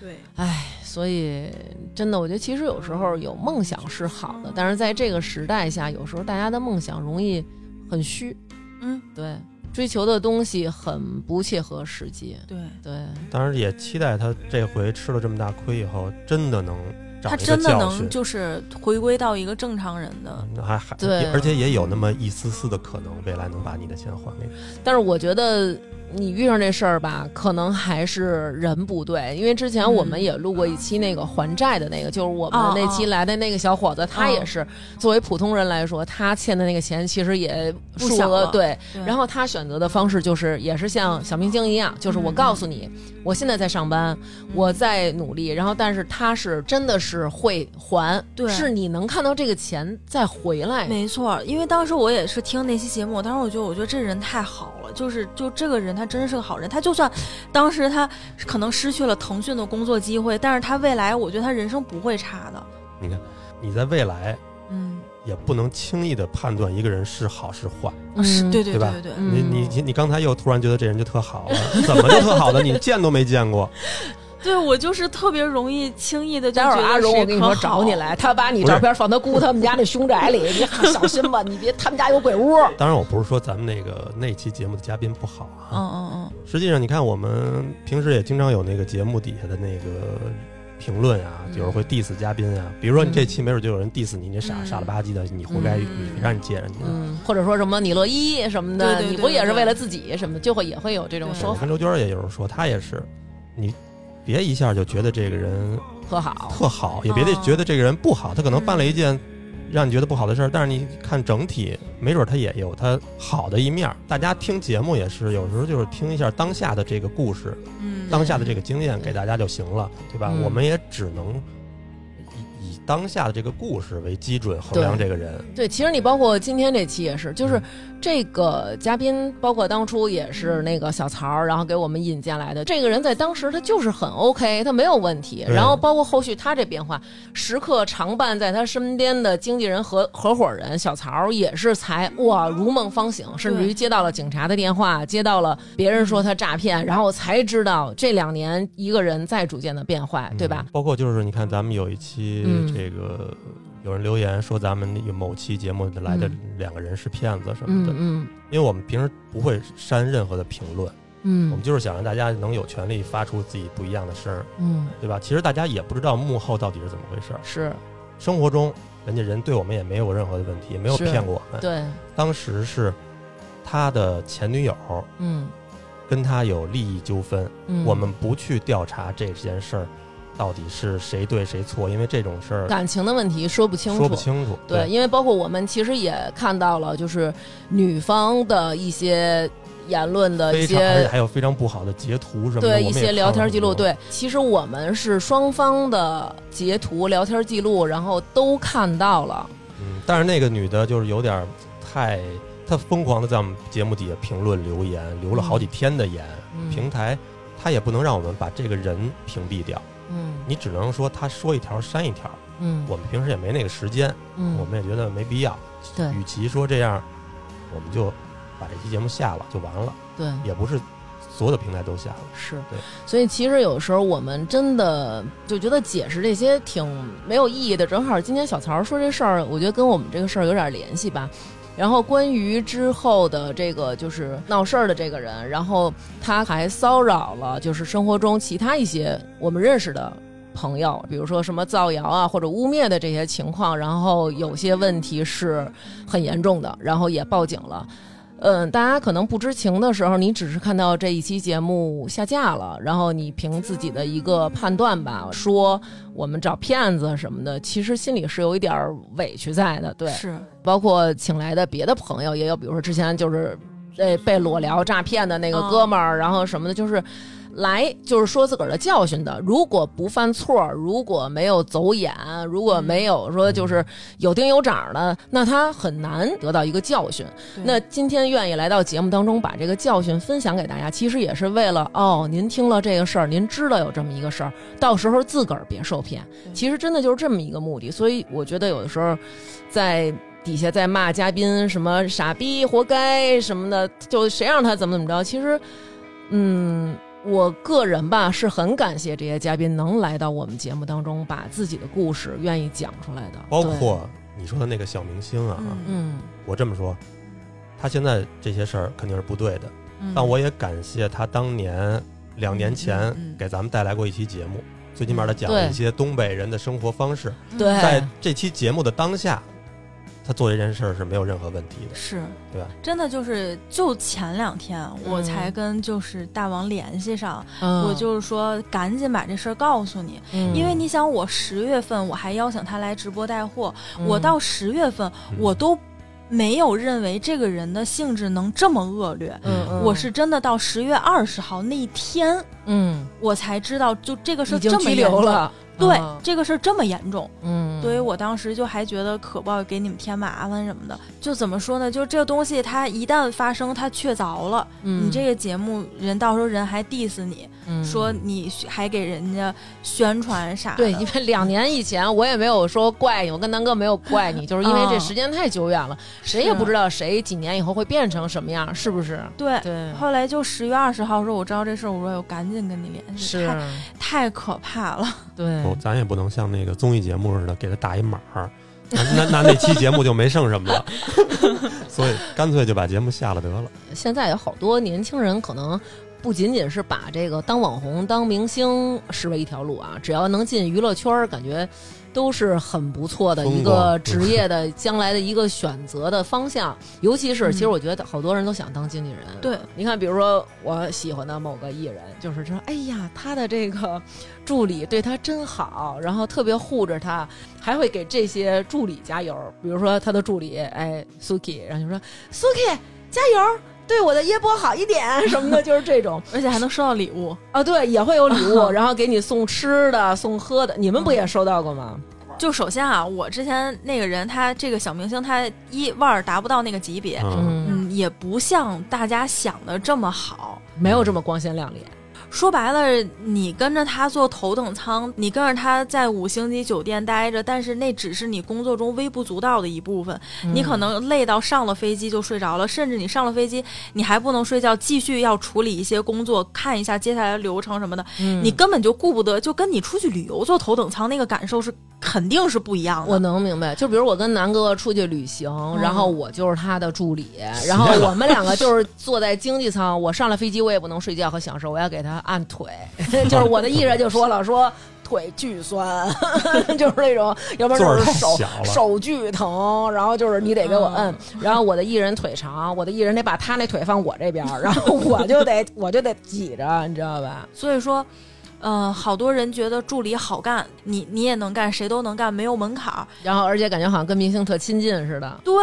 对
唉，所以真的，我觉得其实有时候有梦想是好的，但是在这个时代下，有时候大家的梦想容易很虚，
嗯
对，追求的东西很不切合实际，
对，
对，
当然也期待他这回吃了这么大亏以后，真的能长
他
一个
真的
教
能
训。
就是回归到一个正常人的。
嗯还还
对
也而且也有那么一丝丝的可能，未来能把你的钱还给你。
但是我觉得你遇上这事儿吧，可能还是人不对，因为之前我们也录过一期那个还债的那个，就是我们那期
哦哦
来的那个小伙子，他也是
嗯
作为普通人来说，他欠的那个钱其实也
不
数
小
额
了
对，
对
然后他选择的方式就是，也是像小明星
嗯
一样，就是我告诉你，我现在在上班，我在努力，然后但是他是真的是会还，
对
是你能看到这个钱再回来，
没错，因为当时我也是听那期节目，当时我觉得，我觉得这人太好了，就是就这个人，他真是个好人。他就算当时他可能失去了腾讯的工作机会，但是他未来，我觉得他人生不会差的。
你在未来
嗯，
也不能轻易的判断一个人是好是坏。
嗯
是对对
对吧
对对，
嗯
你你你刚才又突然觉得这人就特好了，怎么就特好了？你见都没见过。
对我就是特别容易轻易的就
(laughs) 待会
觉
儿
得
阿荣，
谁
我跟你说
可
找你
好
来，他把你
不是
照片放他姑他们家那凶宅 (laughs) 里，你小心吧，你别他们家有鬼屋。
当然，我不是说咱们那个那期节目的嘉宾不好啊，
嗯嗯
实际上，你看我们平时也经常有那个节目底下的那个评论啊，有
嗯
人会 diss 嘉宾啊，比如说你这期没准就有人 diss 你，你傻
嗯
傻了吧唧的，你活该，你让你接人家。
嗯，或者说什么你乐意什么的，
对对对
你不也是
对对
为了自己什么，就会也会有这种
对
对
说
我
法
跟。刘娟儿也有人说，她也是，你别一下就觉得这个人
特好。
特好，也别得
啊
哦
觉得这个人不好，他可能办了
嗯
一件让你觉得不好的事儿，但是你看整体，没准他也有他好的一面儿。大家听节目也是，有时候就是听一下当下的这个故事，
嗯，
当下的这个经验给大家就行了，对吧？
嗯
我们也只能以以当下的这个故事为基准衡量这
对
个人。
对，其实你包括今天这期也是，就是这个嘉宾，包括当初也是
嗯
那个小曹儿，然后给我们引荐来的。这个人在当时他就是很 OK，他没有问题。
对
然后包括后续他这变化，时刻常伴在他身边的经纪人和合伙人小曹儿也是才哇如梦方醒，甚至于
对
接到了警察的电话，接到了别人
嗯
说他诈骗，然后才知道这两年一个人在逐渐的变坏，对吧
嗯？？包括就是你看，咱们有一期
嗯
这个呃有人留言说，咱们有某期节目来的两个人是骗子什么的，
嗯
因为我们平时不会删任何的评论，我
嗯
们就是想让大家能有权利发出自己不一样的声儿，
嗯，
对吧？其实大家也不知道幕后到底是怎么回事儿，
是
生活中人家人对我们也没有任何的问题，也没有
是
骗过我们。
对，
当时是他的前女友
嗯。
跟他有利益纠纷，
嗯
我们不去调查这件事儿到底是谁对谁错，因为这种事儿
感情的问题说不清楚。
说不清楚。
对，因为包括我们其实也看到了，就是女方的一些言论的一
非常而且
些
还有非常不好的截图什么的，
对
我们
一
也
些
看
聊
了
天
很
记录。
多，
对，其实我们是双方的截图、聊天记录，然后都看到了。
嗯，但是那个女的就是有点儿太，她疯狂的在我们节目底下评论留言，留了好几天的言，
嗯
平台。她也不能让我们把这个人屏蔽掉，
嗯
你只能说她说一条删一条。
嗯
我们平时也没那个时间，
嗯，
我们也觉得没必要。
对
与其说这样，我们就把这期节目下了就完了，
对
也不是所有的平台都下了。
是
对，
所以其实有时候我们真的就觉得解释这些挺没有意义的。正好今天小曹说这事儿，我觉得跟我们这个事儿有点联系吧。然后关于之后的这个就是闹事儿的这个人，然后他还骚扰了就是生活中其他一些我们认识的朋友，比如说什么造谣啊或者污蔑的这些情况，然后有些问题是很严重的，然后也报警了。嗯，大家可能不知情的时候，你只是看到这一期节目下架了，然后你凭自己的一个判断吧，说我们找骗子什么的，其实心里是有一点儿委屈在的。对，
是
包括请来的别的朋友也有，比如说之前就是被被裸聊诈骗的那个
哦
哥们儿，然后什么的，就是来就是说自个儿的教训的。如果不犯错，如果没有走眼，如果没有说就是有丁有长的，那他很难得到一个教训。
对
那今天愿意来到节目当中把这个教训分享给大家，其实也是为了哦，您听了这个事儿，您知道有这么一个事儿，到时候自个儿别受骗。
嗯
对
其实真的就是这么一个目的，所以我觉得有的时候在。底下在骂嘉宾什么傻逼、活该什么的，就谁让他怎么怎么着？其实，嗯，我个人吧是很感谢这些嘉宾能来到我们节目当中，把自己的故事愿意讲出来的，
包
对
括你说的那个小明星啊，
嗯
嗯，
我这么说，他现在这些事儿肯定是不对的，
嗯
但我也感谢他当年两年前
嗯嗯嗯
给咱们带来过一期节目，最起码他讲了
对
一些东北人的生活方式，
嗯
对
在这期节目的当下，他做这件事儿是没有任何问题的。
是，
对吧
真的就是，就前两天我才跟就是大王联系上，
嗯
我就是说赶紧把这事儿告诉你，
嗯
因为你想，我十月份我还邀请他来直播带货，
嗯
我到十月份
嗯
我都没有认为这个人的性质能这么恶劣，
嗯嗯
我是真的到十月二十号那一天。
嗯
我才知道，就这个事
已
儿
经
这么
拘
严
留
重，
了，
对，
啊
这个事儿这么严重，
嗯，
所以我当时就还觉得可不要给你们添麻烦什么的。就怎么说呢？就这个东西，它一旦发生，它确凿了，
嗯
你这个节目人到时候人还 diss 你，
嗯
说你还给人家宣传啥的。
对，因 (laughs) 为两年以前我也没有说怪你，我跟南哥没有怪你，就是因为这时间太久远了，谁也不知道谁几年以后会变成什么样，是不是？
对
(laughs) 对，
后来就十月二十号说我知道这事儿，我说我赶紧跟你联系，
是，
太太可怕了。
对，
不哦咱也不能像那个综艺节目似的给他打一码儿， (laughs) 那那那那期节目就没剩什么了，所以干脆就把节目下了得了。
现在有好多年轻人可能。不仅仅是把这个当网红、当明星视为一条路啊，只要能进娱乐圈儿，感觉都是很不错的一
风光
个职业的将来的一个选择的方向。尤其是，其实我觉得好多人都想当经纪人。
对，
你看，比如说我喜欢的某个艺人，就是说，哎呀，他的这个助理对他真好，然后特别护着他，还会给这些助理加油。比如说他的助理，哎，Suki，然后就说，Suki 加油，对我的耶波好一点什么的，就是这 (laughs) 种。嗯
而且还能收到礼物，
啊，对，也会有礼物，然后给你送吃的、送喝的，你们不也收到过吗？
就首先啊，我之前那个人，他这个小明星，他一腕儿达不到那个级别，
嗯，
嗯，
嗯，也不像大家想的这么好。
没有这么光鲜亮丽。
说白了，你跟着他坐头等舱，你跟着他在五星级酒店待着，但是那只是你工作中微不足道的一部分。
嗯
你可能累到上了飞机就睡着了，甚至你上了飞机，你还不能睡觉，继续要处理一些工作，看一下接下来的流程什么的，
嗯
你根本就顾不得，就跟你出去旅游坐头等舱那个感受是肯定是不一样
我
的。
能明白，就比如我跟南哥出去旅行，然后我就是他的助理，然后我们两个就是坐在经济舱。我上了飞机，我也不能睡觉和享受，我要给他按腿。 (laughs) 就是我的艺人就说了，说腿巨酸， (laughs) 就是那种，要不然就
座儿
是
太
手
小了
手巨疼，然后就是你得给我摁。然后我的艺人腿长，我的艺人得把他那腿放我这边， (laughs) 然后我就 (laughs) 得我就得挤着，你知道吧？
所以说，呃，好多人觉得助理好干，你你也能干，谁都能干，没有门槛儿。
然后而且感觉好像跟明星特亲近似的。
对，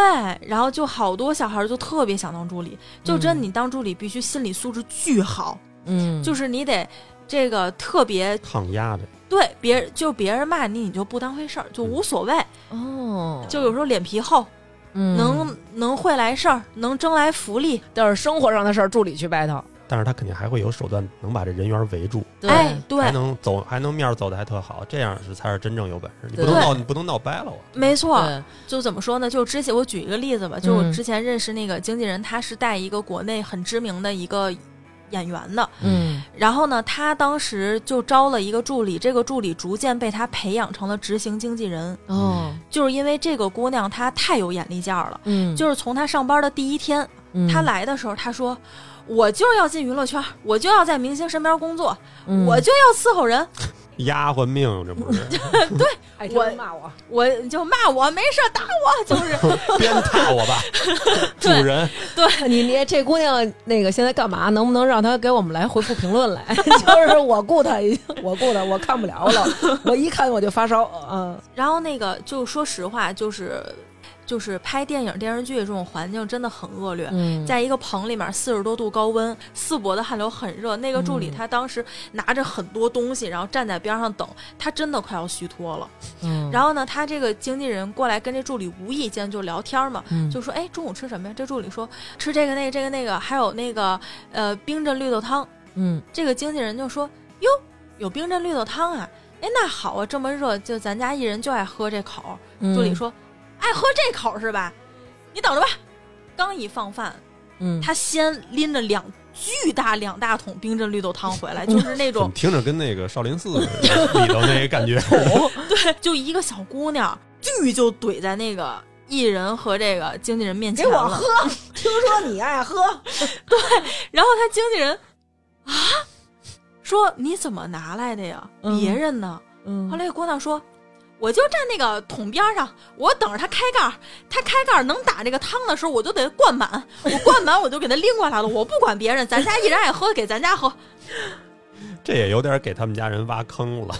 然后就好多小孩儿就特别想当助理，就真你当助理必须心理素质巨好，
嗯，
就是你得这个特别
抗压的，
对别人，就别人骂你，你就不当回事儿，就无所谓，
哦，
就有时候脸皮厚，
嗯
能能会来事儿，能争来福利，
但是生活上的事儿助理去 battle。
但是他肯定还会有手段能把这人缘围住，
哎，对
还，能走，还能面儿走的还特好，这样是才是真正有本事。你不能
对
闹，你不能闹掰了我。
没错，
对，
就怎么说呢？就之前我举一个例子吧，就
嗯
我之前认识那个经纪人，他是带一个国内很知名的一个演员的，
嗯
然后呢，他当时就招了一个助理，这个助理逐渐被他培养成了执行经纪人，
哦，
就是因为这个姑娘她太有眼力见儿了。
嗯
就是从她上班的第一天，
是
她，来的时候，她说：“我就是要进娱乐圈，我就要在明星身边工作，
嗯
我就要伺候人，
丫鬟命，这不是
爱
我
哎骂我， (laughs)
我你就骂我没事儿打我，就是 (laughs)
(laughs) 鞭挞我吧，主
对
人。
你你这姑娘那个现在干嘛？能不能让她给我们来回复评论来？ (laughs) 就是我雇她，已经我雇她，我看不了了，我一看我就发烧。嗯，
然后那个就说实话，就是就是拍电影电视剧这种环境真的很恶劣。
嗯
在一个棚里面，四十多度高温，四伯的汗流很热。那个助理
嗯
他当时拿着很多东西，然后站在边上等，他真的快要虚脱了。
嗯
然后呢，他这个经纪人过来跟这助理无意间就聊天嘛，
嗯
就说：“哎，中午吃什么呀？”这助理说：“吃这个、那个、这个、那个，还有那个呃冰镇绿豆汤。”
嗯
这个经纪人就说：“哟，有冰镇绿豆汤啊！哎，那好啊，这么热，就咱家艺人就爱喝这口儿。
嗯
助理，说：“爱喝这口儿是吧？你等着吧。”刚一放饭，
嗯，
他先拎着两巨大两大桶冰镇绿豆汤回来，
嗯
就是那
(laughs)
怎么
种
听着跟那个少林寺里头那个感觉？ (laughs)
哦
(laughs) 对，就一个小姑娘巨就怼在那个艺人和这个经纪人面前
给我
了
喝。，听说你爱喝，
然后他经纪人啊说：“你怎么拿来的呀？
嗯
别人呢？”
嗯
后来姑娘说：“我就站那个桶边上，我等着他开盖儿。他开盖儿能打这个汤的时候，我就得灌满。我灌满我就给他拎过来了。我不管别人，咱家一人爱喝给咱家喝。
这也有点给他们家人挖坑
(laughs)
了。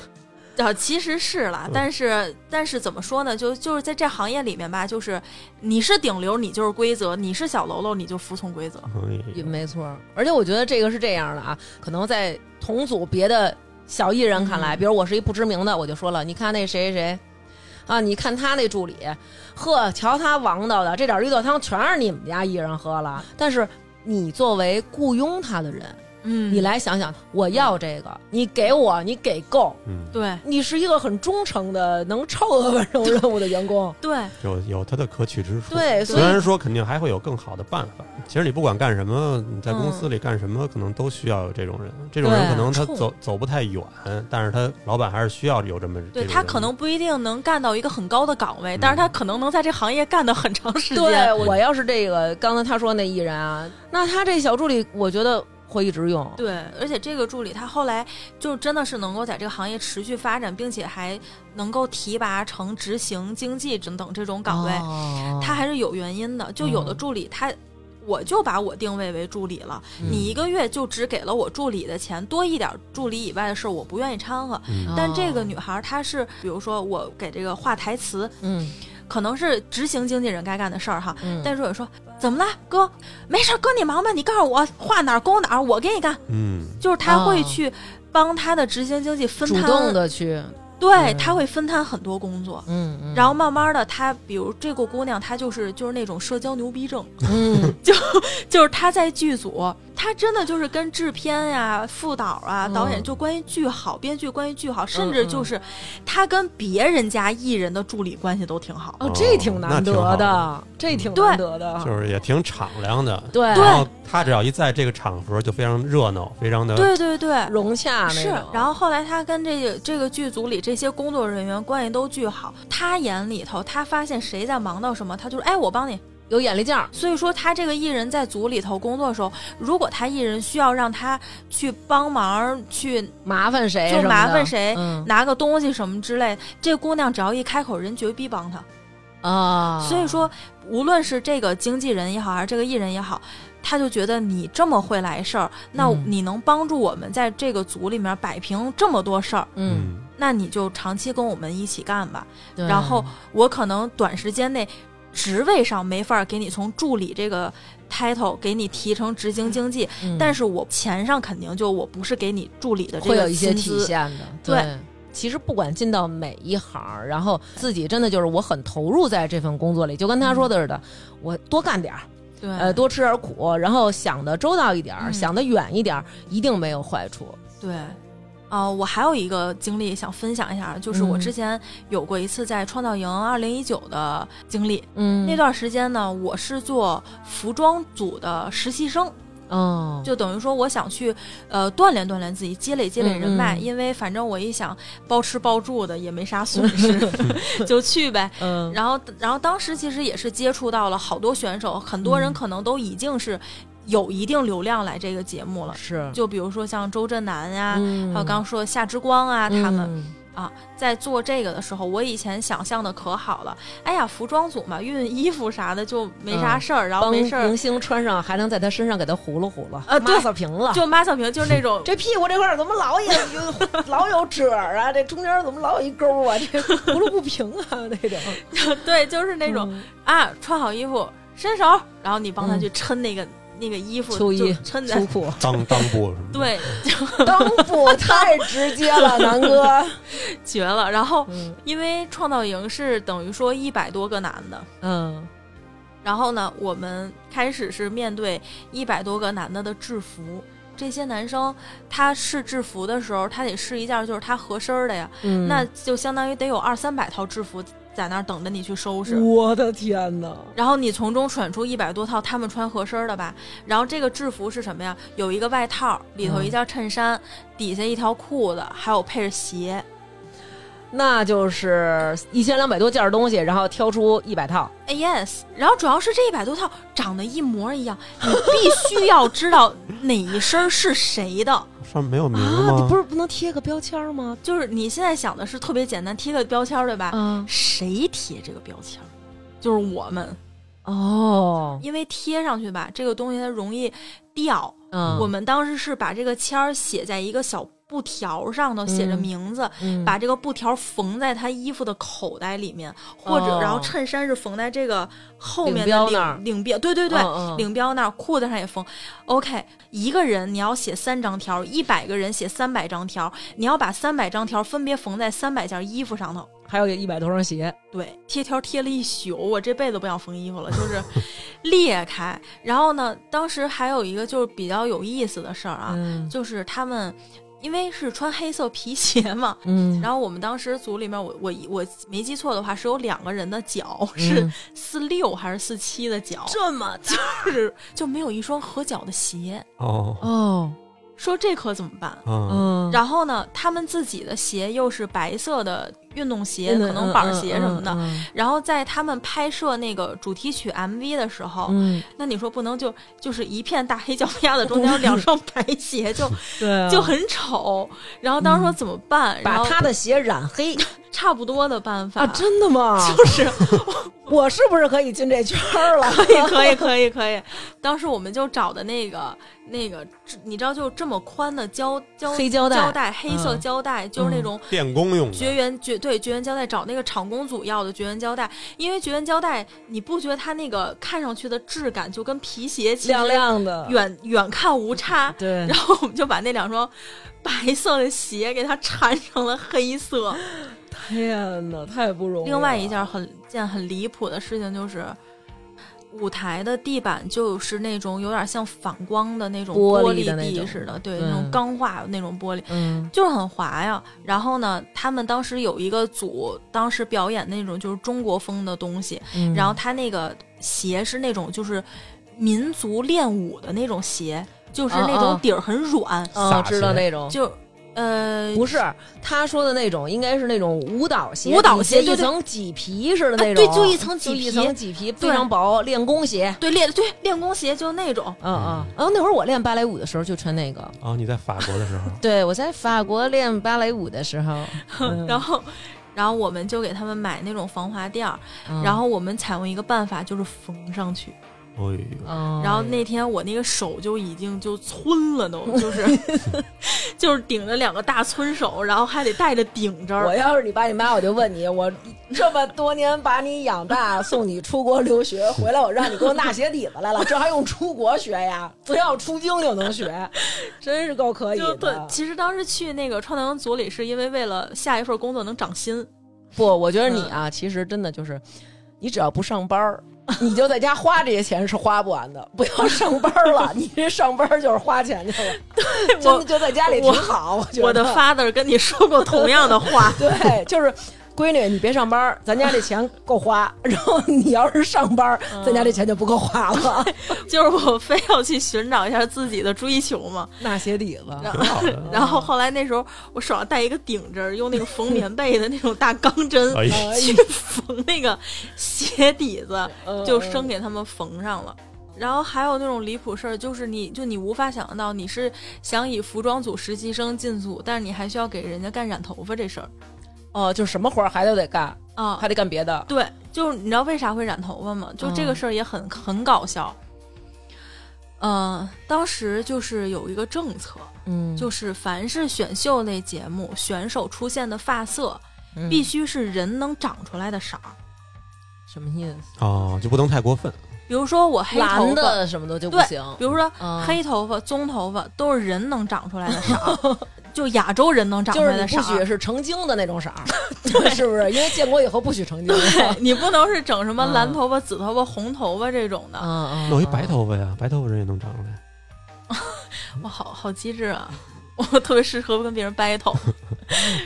啊，其实是啦，但是但是怎么说呢？就就是在这行业里面吧，就是你是顶流，你就是规则；你是小喽啰，你就服从规则。
嗯
也没错儿，而且我觉得这个是这样的啊，可能在同组别的小艺人看来，比如我是一不知名的，我就说了，你看那谁谁谁，啊，你看他那助理，呵，瞧他王道的，这点绿豆汤全是你们家艺人喝了。但是你作为雇佣他的人，
嗯
你来想想，我要这个，你给我，你给够，
嗯，
对
你是一个很忠诚的，能超额 (laughs) 完成任务的员工。
对，
有有他的可取之处。
对，所
虽
以
然说肯定还会有更好的办法，其实你不管干什么，你在公司里干什
嗯
么，可能都需要有这种人。这种人
对
可能他
冲
走走不太远，但是他老板还是需要有这么
对
这种
他
人
可能不一定能干到一个很高的岗位，但是他可能能在这行业干的很长时间。
对我要是这个刚才他说那艺人啊，那他这小助理，我觉得会一直用。
对，而且这个助理他后来就真的是能够在这个行业持续发展，并且还能够提拔成执行经济等等这种岗位，
哦
他还是有原因的。就有的
嗯
助理他。我就把我定位为助理了，
嗯
你一个月就只给了我助理的钱，多一点助理以外的事儿我不愿意掺和。
嗯
但这个
哦
女孩儿她是，比如说我给这个画台词，
嗯
可能是执行经纪人该干的事儿哈，
嗯，
但是我说怎么了，哥？没事儿，哥你忙吧，你告诉我画哪儿勾哪儿，我给你干。
嗯，
就是他会
哦
去帮他的执行经济分
主
摊，
动的去，
对，
嗯
他会分摊很多工作。
嗯嗯，
然后慢慢的，他比如这个姑娘，她就是就是那种社交牛逼症，
嗯
就是她在剧组，她真的就是跟制片呀、副导啊、
嗯
导演就关系巨好，编剧关系巨好，甚
嗯
至
嗯
就是她跟别人家艺人的助理关系都挺好。
哦
哦，
这挺难
那挺好
得的
的，嗯
这挺
对
难得的，
就是也挺敞亮的。
啊对
对
然后他只要一在这个场合，就非常热闹，非常的
对对对，
融嗯洽那
是
种，
然后后来他跟这个这个剧组里这些工作人员关系都巨好，他眼里头他发现谁在忙到什么，他就是哎我帮你。
有眼力劲儿，
所以说他这个艺人在组里头工作的时候，如果他艺人需要让他去帮忙去
麻烦谁
就
什么
麻
的
烦谁
嗯
拿个东西什么之类，这姑娘只要一开口，人绝逼帮他。
啊，
所以说，无论是这个经纪人也好，还是这个艺人也好，他就觉得你这么会来事儿，那
嗯
你能帮助我们在这个组里面摆平这么多事儿。
嗯，
嗯
那你就长期跟我们一起干吧。
对
然后我可能短时间内职位上没法给你从助理这个 title 给你提成执行经济，
嗯
但是我钱上肯定就我不是给你助理的这
会有
个
一些
薪
体
资。
现的。
对
其实不管进到每一行儿，然后自己真的就是我很投入在这份工作里，就跟他说的似的，我多干点儿，
对，
呃，多吃点儿苦，然后想的周到一点儿，
嗯
想的远一点儿，一定没有坏处。
对。啊、我还有一个经历想分享一下，就是我
嗯
之前有过一次在创造营二零一九的经历。
嗯，
那段时间呢，我是做服装组的实习生，
哦，
就等于说我想去呃锻炼锻炼自己，积累积累人脉，
嗯嗯
因为反正我一想包吃包住的也没啥损失， (laughs) 就去呗。
嗯，
然后然后当时其实也是接触到了好多选手，很多人
嗯
可能都已经是有一定流量来这个节目了，
是
就比如说像周震南呀、
嗯
还有刚说夏之光啊，他们
嗯
在做这个的时候，我以前想象的可好了。哎呀，服装组嘛，熨衣服啥的就没啥事儿，然后
嗯帮
没事儿
明星穿上，还能在他身上给他糊了糊了，
呃对
抹撒平了。
就抹小平，就是那种
啊这屁股这块儿怎么老有有 (laughs) 老有褶儿啊？这中间儿怎么老有一沟啊？这葫芦不平啊，那种
对，就是那种
嗯
啊，穿好衣服伸手，然后你帮他去抻那个、那个衣服，
秋衣
就抻 (laughs)
粗
在。
裤，
当当布什么的。
对，
当不太直接了，南哥。
绝了。然后，
(laughs) 嗯
因为创造营是等于说一百多个男的，
嗯
然后呢，我们开始是面对一百多个男的的制服。这些男生他试制服的时候，他得试一件就是他合身儿的呀，
嗯
那就相当于得有二三百套制服在那儿等着你去收拾。
我的天哪！
然后你从中选出一百多套他们穿合身儿的吧。然后这个制服是什么呀？有一个外套，里头一件衬衫，底下一条裤子，还有配着鞋。
那就是一千两百多件儿东西，然后挑出一百套，
哎 yes，然后主要是这一百多套长得一模一样，你必须要知道哪一身儿是谁的。
上面没有名
啊，你
吗？
不是不能贴个标签儿吗？
就是你现在想的是特别简单，贴个标签儿对吧？
啊，
谁贴这个标签儿？就是我们，
哦，
因为贴上去吧，这个东西它容易掉。
嗯，
我们当时是把这个签儿写在一个小布条上头，写着
嗯
名字，
嗯
把这个布条缝在他衣服的口袋里面，或者、
哦
然后衬衫是缝在这个后面的
领标那儿
领领标，对对对，
嗯嗯
领标那儿，裤子上也缝。OK，一个人你要写三张条，一百个人写三百张条，你要把三百张条分别缝在三百件衣服上头。
还有一百多双鞋，
对，贴条贴了一宿，我这辈子不想缝衣服了，就是
(laughs)
裂开。然后呢，当时还有一个就是比较有意思的事儿啊，
嗯
就是他们因为是穿黑色皮鞋嘛，
嗯，
然后我们当时组里面我，我我没记错的话，是有两个人的脚 (laughs)
嗯
是四六还是四七的脚，
这么
就是就没有一双合脚的鞋。
哦，
哦，
说这可怎么办？
嗯
嗯，
然后呢，他们自己的鞋又是白色的运动鞋，
嗯
可能板儿鞋什么的。，
嗯
然后在他们拍摄那个主题曲 MV 的时候，
嗯，嗯
那你说不能就就是一片大黑脚丫子中间有两双白鞋，就
对啊，
就很丑。然后当时说怎么办？然
嗯把
后
他的鞋染黑
差不多的办法
啊，真的吗？
(laughs) 就是
我是不是可以进这圈儿了？
可以，可以，可以，可以。当时我们就找的那个那个，你知道，就这么宽的胶胶
黑胶带
胶带，黑色
嗯
胶带，就是那种
电工用
绝
的，
缘绝对绝缘胶带，找那个厂工组要的绝缘胶带，因为绝缘胶带，你不觉得它那个看上去的质感就跟皮鞋其实
(laughs) 亮亮的，
远远看无差。
对
(laughs) 然，后我们就把那两双白色的鞋给它缠成了黑色。
天哪，太不容易了。
另外一件很件很离谱的事情就是，舞台的地板就是那种有点像反光的那种
玻
玻
璃的那
地
种
似的，对，
嗯
那种钢化那种玻璃。
嗯，
就是很滑呀，然后呢，他们当时有一个组，当时表演那种就是中国风的东西，
嗯，
然后他那个鞋是那种就是民族练武的那种鞋，就是
嗯
那
嗯
种底儿很软，
哦，
撒
知道
鞋
那种。
就呃
不是他说的那种，应该是那种舞蹈鞋，
舞蹈
底
鞋
下
对
一
对
层麂皮似
啊
的那种，
对就一层麂
就一
皮
层麂皮非
对
常薄，练功鞋。
对练对练功鞋就那种，
嗯嗯，然后那会儿我练芭蕾舞的时候就穿那个。
哦，你在法国的时候， (laughs)
对，我在法国练芭蕾舞的时候， (laughs) 嗯
然后。然后我们就给他们买那种防滑垫儿，
嗯
然后我们采用一个办法，就是缝上去。
哎呦，
哦
然后那天我那个手就已经就皴了都，就是
(laughs)
(laughs) 就是顶着两个大皴手，然后还得带着顶针
我
儿。
要是你爸你妈，我就问你，我这么多年把你养大，送你出国留学，回来我让你给我纳鞋底子来了，这还用出国学呀？不要出京就能学，真是够可以
就对，
的。
其实当时去那个创造营组里，是因为为了下一份工作能涨薪。
不，我觉得你啊，其实真的就是，你只要不上班儿，你就在家花这些钱是花不完的。不要上班儿了，你这上班儿就是花钱去了， (laughs) 真的就在家里挺好。我觉得，
我的 father 跟你说过同样的话 (laughs)
(laughs) 对，就是闺女，你别上班儿，咱家这钱够花。然后你要是上班儿，咱家这钱就不够花了。
就是我非要去寻找一下自己的追求嘛。
那鞋底子，
挺好的，
(laughs) 然后后来那时候我手上带一个顶针儿，用那个缝棉被的那种大钢针
哎呀，
哎
去缝那个鞋底子，
嗯
就生给他们缝上了。然后还有那种离谱事儿，就是你就你无法想象到，你是想以服装组实习生进组，但是你还需要给人家干染头发这事儿
哦，就是什么活儿还都得干，
啊
还。得干别的。
对，就是你知道为啥会染头发吗？就这
嗯
个事儿也很、很搞笑。呃，当时就是有一个政策，
嗯
就是凡是选秀类节目选手出现的发色，
嗯
必须是人能长出来的色儿。
什么意思？
哦，就不能太过分，
比如说我黑头
蓝
发，
的什么的就不
对
行。
比如说
嗯
黑头发、棕头发都是人能长出来
(laughs)
的色儿，就亚洲人能长出
就是
来
你
的色
不许
儿。
是成精的那种色 (laughs) 儿，是不是？因为建国以后不许成精。
对
(laughs)
你不能是整什么
嗯
蓝头发、紫头发、红头发这种的，
嗯
弄一白。头发呀，白头发人也能长出来，
我好好机智啊！我特别适合跟别人 battle。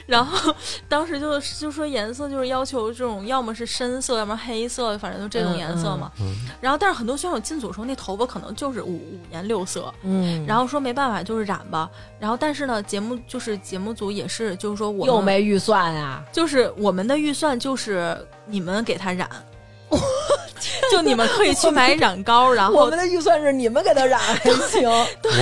然后当时就就说颜色就是要求这种，要么是深色，要么黑色，反正就这种颜色嘛。
嗯，
然后但是很多选手进组的时候，那头发可能就是五五颜六色，
嗯，
然
后
后说没办法，就是染吧。然后但是呢，节目就是节目组也是，就是说我们
又没预算啊，
就是我们的预算就是你们给
(laughs)
他染，就你们可以去买染膏，然
我
后
们的预算是你们给他染还行，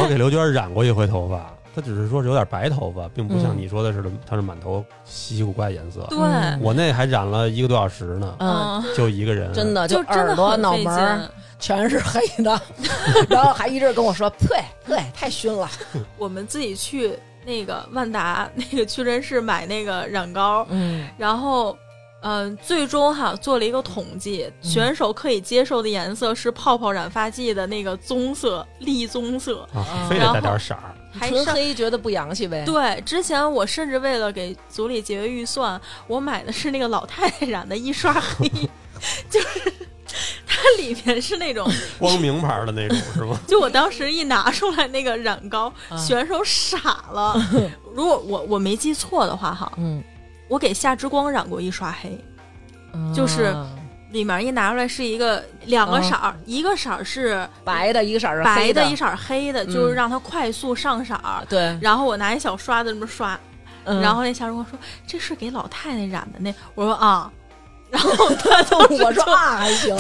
我给刘娟染过一回头发，她只是说是有点白头发，并不像你说的似的，她是满头稀古怪颜色，
对，
嗯
我那还染了一个多小时呢，
嗯，
嗯，
就一个人，
(laughs) 真的
就真
耳
的
朵、
很
脑
费
门
劲。
儿全是黑的， (laughs) 然后还一阵跟我说：“对对，太熏了。
我们自己去那个万达 (laughs) 那个屈臣氏买那个染膏”，
嗯，
然后。嗯，最终哈做了一个统计，
嗯
选手可以接受的颜色是泡泡染发剂的那个棕色、栗棕色，
啊，
嗯
非得带点色儿，
还
纯
上
黑觉得不洋气呗。
对，之前我甚至为了给组里节约预算，我买的是那个老太太染的一刷
(laughs)
黑，就是它里面是
(laughs)
那种，
光明牌的那种是吗？
就我当时一拿出来那个染膏，
啊
选手傻
(laughs)
了。如果我我没记错的话哈，
嗯，
我给夏之光染过一刷黑，
嗯，
就是里面一拿出来是一个两个色儿，一个色儿是
白的一个色儿嗯是
白
黑
的，
的
一色儿黑的，
嗯
就是让它快速上色儿。
对，
然后我拿一小刷子这么刷，
嗯
然后那小主跟我说：“这是给老太太染的那。”我说：“啊。” (laughs) 然后他就
(laughs) 我说啊还行，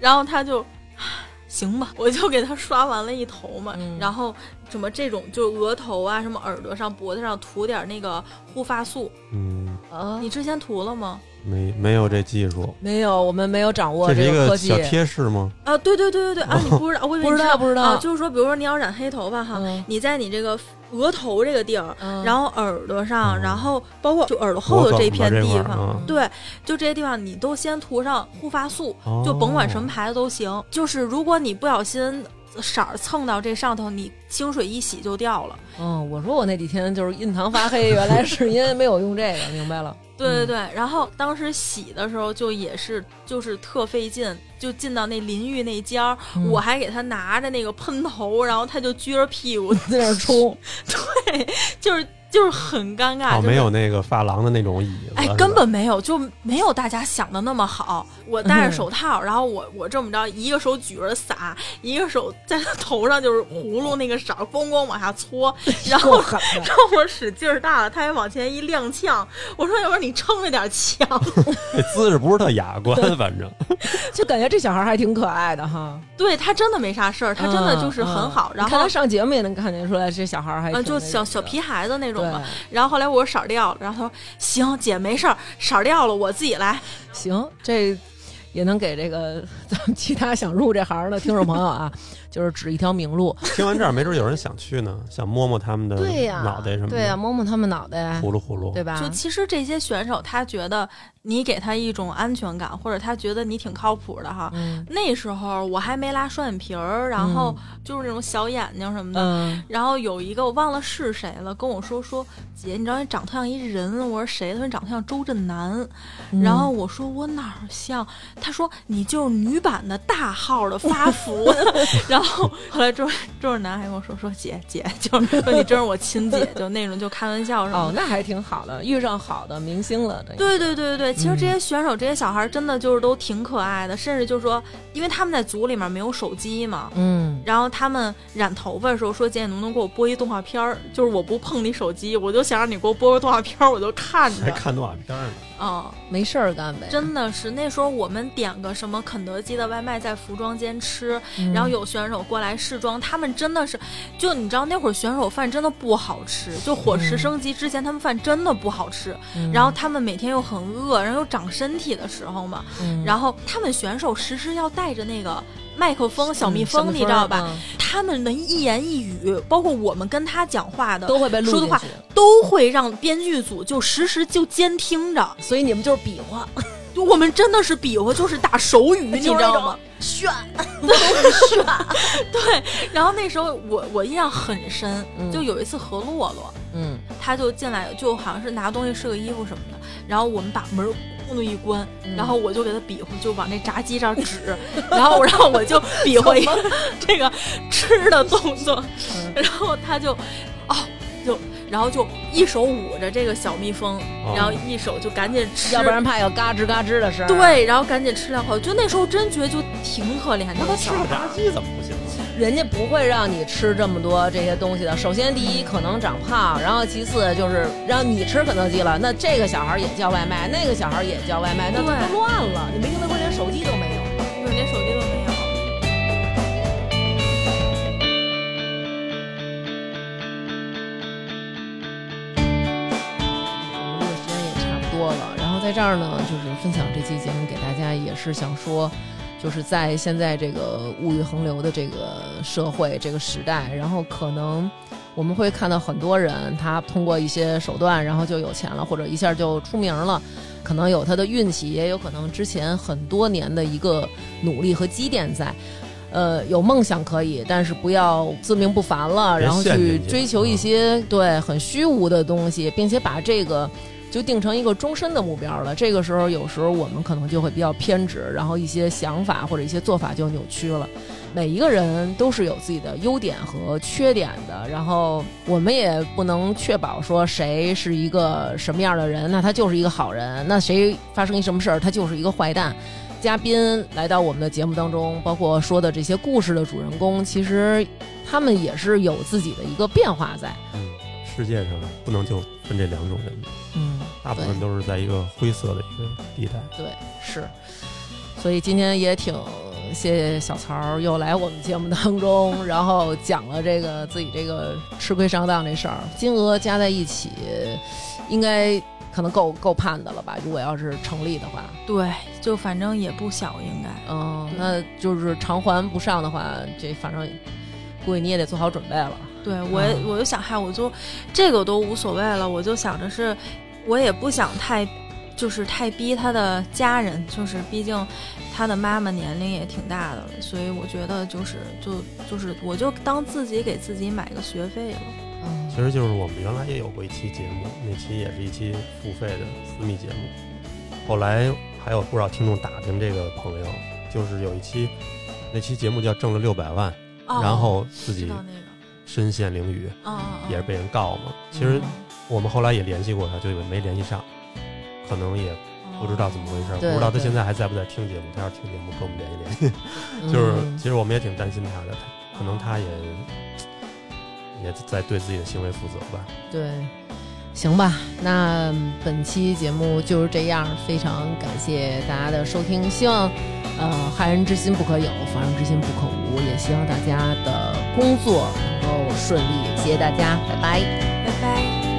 然后他就。行吧，我就给他刷完了一头嘛，
嗯
然后什么这种就额头啊，什么耳朵上、脖子上涂点那个护发素。
嗯，
(laughs) 啊
你之前涂了吗？
没没有这技术，
没有，我们没有掌握
这是一
个科技
小。贴士吗？
啊，对对对对对啊，你不知道，我以为
哦不
你
知道不知道
啊，就是说，比如说你要染黑头发哈，
嗯
你在你这个额头这个地儿，
嗯
然后耳朵上，
嗯
然后包括就耳朵后头
脖梗子
片
这块
地
儿
方，
嗯
对，就这些地方你都先涂上护发素，
哦
就甭管什么牌子都行。就是如果你不小心色儿蹭到这上头，你清水一洗就掉了。
嗯，我说我那几天就是印堂发黑，原来是因为没有用这个，明白了。
对对
嗯
对，然后当时洗的时候就也是就是特费劲，就进到那淋浴那间儿，
嗯
我还给他拿着那个喷头，然后他就撅着屁股，
在那儿冲， (laughs)
就是就是很尴尬，
哦，
就是
没有那个发廊的那种椅子，
哎
是吧，
根本没有，就没有大家想的那么好。我戴
嗯
着手套，然后我我这么着，一个手举着伞，一个手在他头上就是葫芦那个色儿，咣咣往下
(laughs)
搓，然
够
后。
狠的。
然后我使劲儿大了，他还往前一踉跄。我说：“要不然你撑着点儿呛。
(laughs) 这姿势不是特雅观，反正
就感觉这小孩还挺可爱的哈，
(laughs) 对”他真的没啥事儿，他真的就是很好。
嗯嗯
然
你看
后
他，上节目也能看见出来，这小孩还挺
嗯，就
那个
小小
的
皮孩子那种嘛。
对
然后后来我色儿掉了，然后他说：“行，姐没事儿，色儿掉了我自己来。”
行，这也能给这个咱们其他想入这行的听众朋友啊， (laughs) 就是指一条明路。
听完这儿，没准有人想去呢，想摸摸他们的
对呀、
嗯脑袋什么的，
对呀、摸摸他们脑袋，
呼噜呼噜，
对吧？
就其实这些选手，他觉得你给他一种安全感，或者他觉得你挺靠谱的哈。
嗯
那时候我还没拉双眼皮儿，然后就是那种小眼睛什么的。
嗯，
然后有一个我忘了是谁了，跟我说说姐，你知道你长得特像一人，我说谁？他说你长得像周震南。然后我说我哪儿像？他说你就是女版的大号的发福。 (laughs) 然后后来周周震南还跟我说说姐姐，就是说你真是我亲姐，就那种就开玩笑什么的。
哦，那还挺好的，遇上好的明星了，这
对对对对对，其实
嗯
这些选手、这些小孩儿真的就是都挺可爱的，甚至就是说，因为他们在组里面没有手机嘛，
嗯，
然后他们染头发的时候说：“姐，你能不能给我播一动画片儿？就是我不碰你手机，我就想让你给我播个动画片儿，我就看
还
着。
看动画片呢。”
啊，
没事儿干呗。
真的是那时候我们点个什么肯德基的外卖在服装间吃，
嗯
然后有选手过来试妆，他们真的是，就你知道那会儿选手饭真的不好吃，就伙食
嗯
升级之前他们饭真的不好吃，
嗯，
然后他们每天又很饿，然后又长身体的时候嘛，
嗯
然后他们选手时时要带着那个麦克风、小蜜蜂，
嗯
你知道吧？？
嗯
他们的一言一语，包括我们跟他讲话的，
嗯都会被录
说的
进
话
去，
都会让编剧组就时时就监听着。
所以你们就是比划，
就我们真的是比划，就是打手语，你知道吗？ (laughs)
炫，
对。然后那时候我我印象很深
嗯，
就有一次何洛洛，
嗯
他就进来，就好像是拿东西试个衣服什么的，然后我们把门儿咕噜一关，
嗯
然后我就给他比划，就往那炸鸡这儿指，然后然后我就比划一个 (laughs) 这个吃的动作，(laughs)
嗯
然后他就哦就然后就一手捂着这个小蜜蜂，
哦
然后一手就赶紧吃，
要不然怕有嘎吱嘎吱的声儿。
对，然后赶紧吃两口，就那时候真觉得就挺可怜的。
那吃个炸鸡怎么不行啊？
人家不会让你吃这么多这些东西的。首先，第一可能长胖，然后其次就是让你吃肯德基了，那这个小孩儿也叫外卖，那个小孩儿也叫外卖，那
对
都乱了。你没听他说连手机都没有。
就是连手机都没有。
我们录的时间也差不多了，然后在这儿呢，就是分享这期节目给大家，也是想说，就是在现在这个物欲横流的这个社会、这个时代，然后可能我们会看到很多人，他通过一些手段，然后就有钱了，或者一下就出名了，可能有他的运气，也有可能之前很多年的一个努力和积淀在。呃，有梦想可以，但是不要自命不凡了，
别
然后
陷
去
进去
追求一
嗯
些。些对很虚无的东西，并且把这个就定成一个终身的目标了。这个时候，有时候我们可能就会比较偏执，然后一些想法或者一些做法就扭曲了。每一个人都是有自己的优点和缺点的，然后我们也不能确保说谁是一个什么样的人，那他就是一个好人；那谁发生一什么事儿，他就是一个坏蛋。嘉宾来到我们的节目当中，包括说的这些故事的主人公，其实他们也是有自己的一个变化在。
嗯世界上不能就分这两种人，
嗯，
大部分都是在一个灰色的一个地带。
对对是，所以今天也挺谢谢小曹儿又来我们节目当中，然后讲了这个自己这个吃亏上当这事儿，金额加在一起，应该可能够够判的了吧？如果要是成立的话，
对，就反正也不小，应该。
嗯，那就是偿还不上的话，这反正估计你也得做好准备了。
对我
啊
也，我就想，嗨，我就这个都无所谓了，我就想着是，我也不想太，就是太逼他的家人，就是毕竟他的妈妈年龄也挺大的了，所以我觉得就是就就是我就当自己给自己买个学费了。
嗯
其实就是我们原来也有过一期节目，那期也是一期付费的私密节目。后来还有不少听众打听这个朋友，就是有一期，那期节目叫挣了六百万，
哦、
然后自
知
己
道那个，
身陷囹圄，
啊啊，
也是被人告嘛。其
嗯
实我们后来也联系过他，就以为没联系上，可能也不知道怎么回事，
对
不知道他
对
现在还在不在听节目。他要是听节目，跟我们联系联系。 (laughs) 就是
嗯
其实我们也挺担心他的，可能他也也在对自己的行为负责吧。
对，行吧，那本期节目就是这样，非常感谢大家的收听，希望呃害人之心不可有，防人之心不可无，也希望大家的工作能够顺利，谢谢大家，拜拜。
拜拜。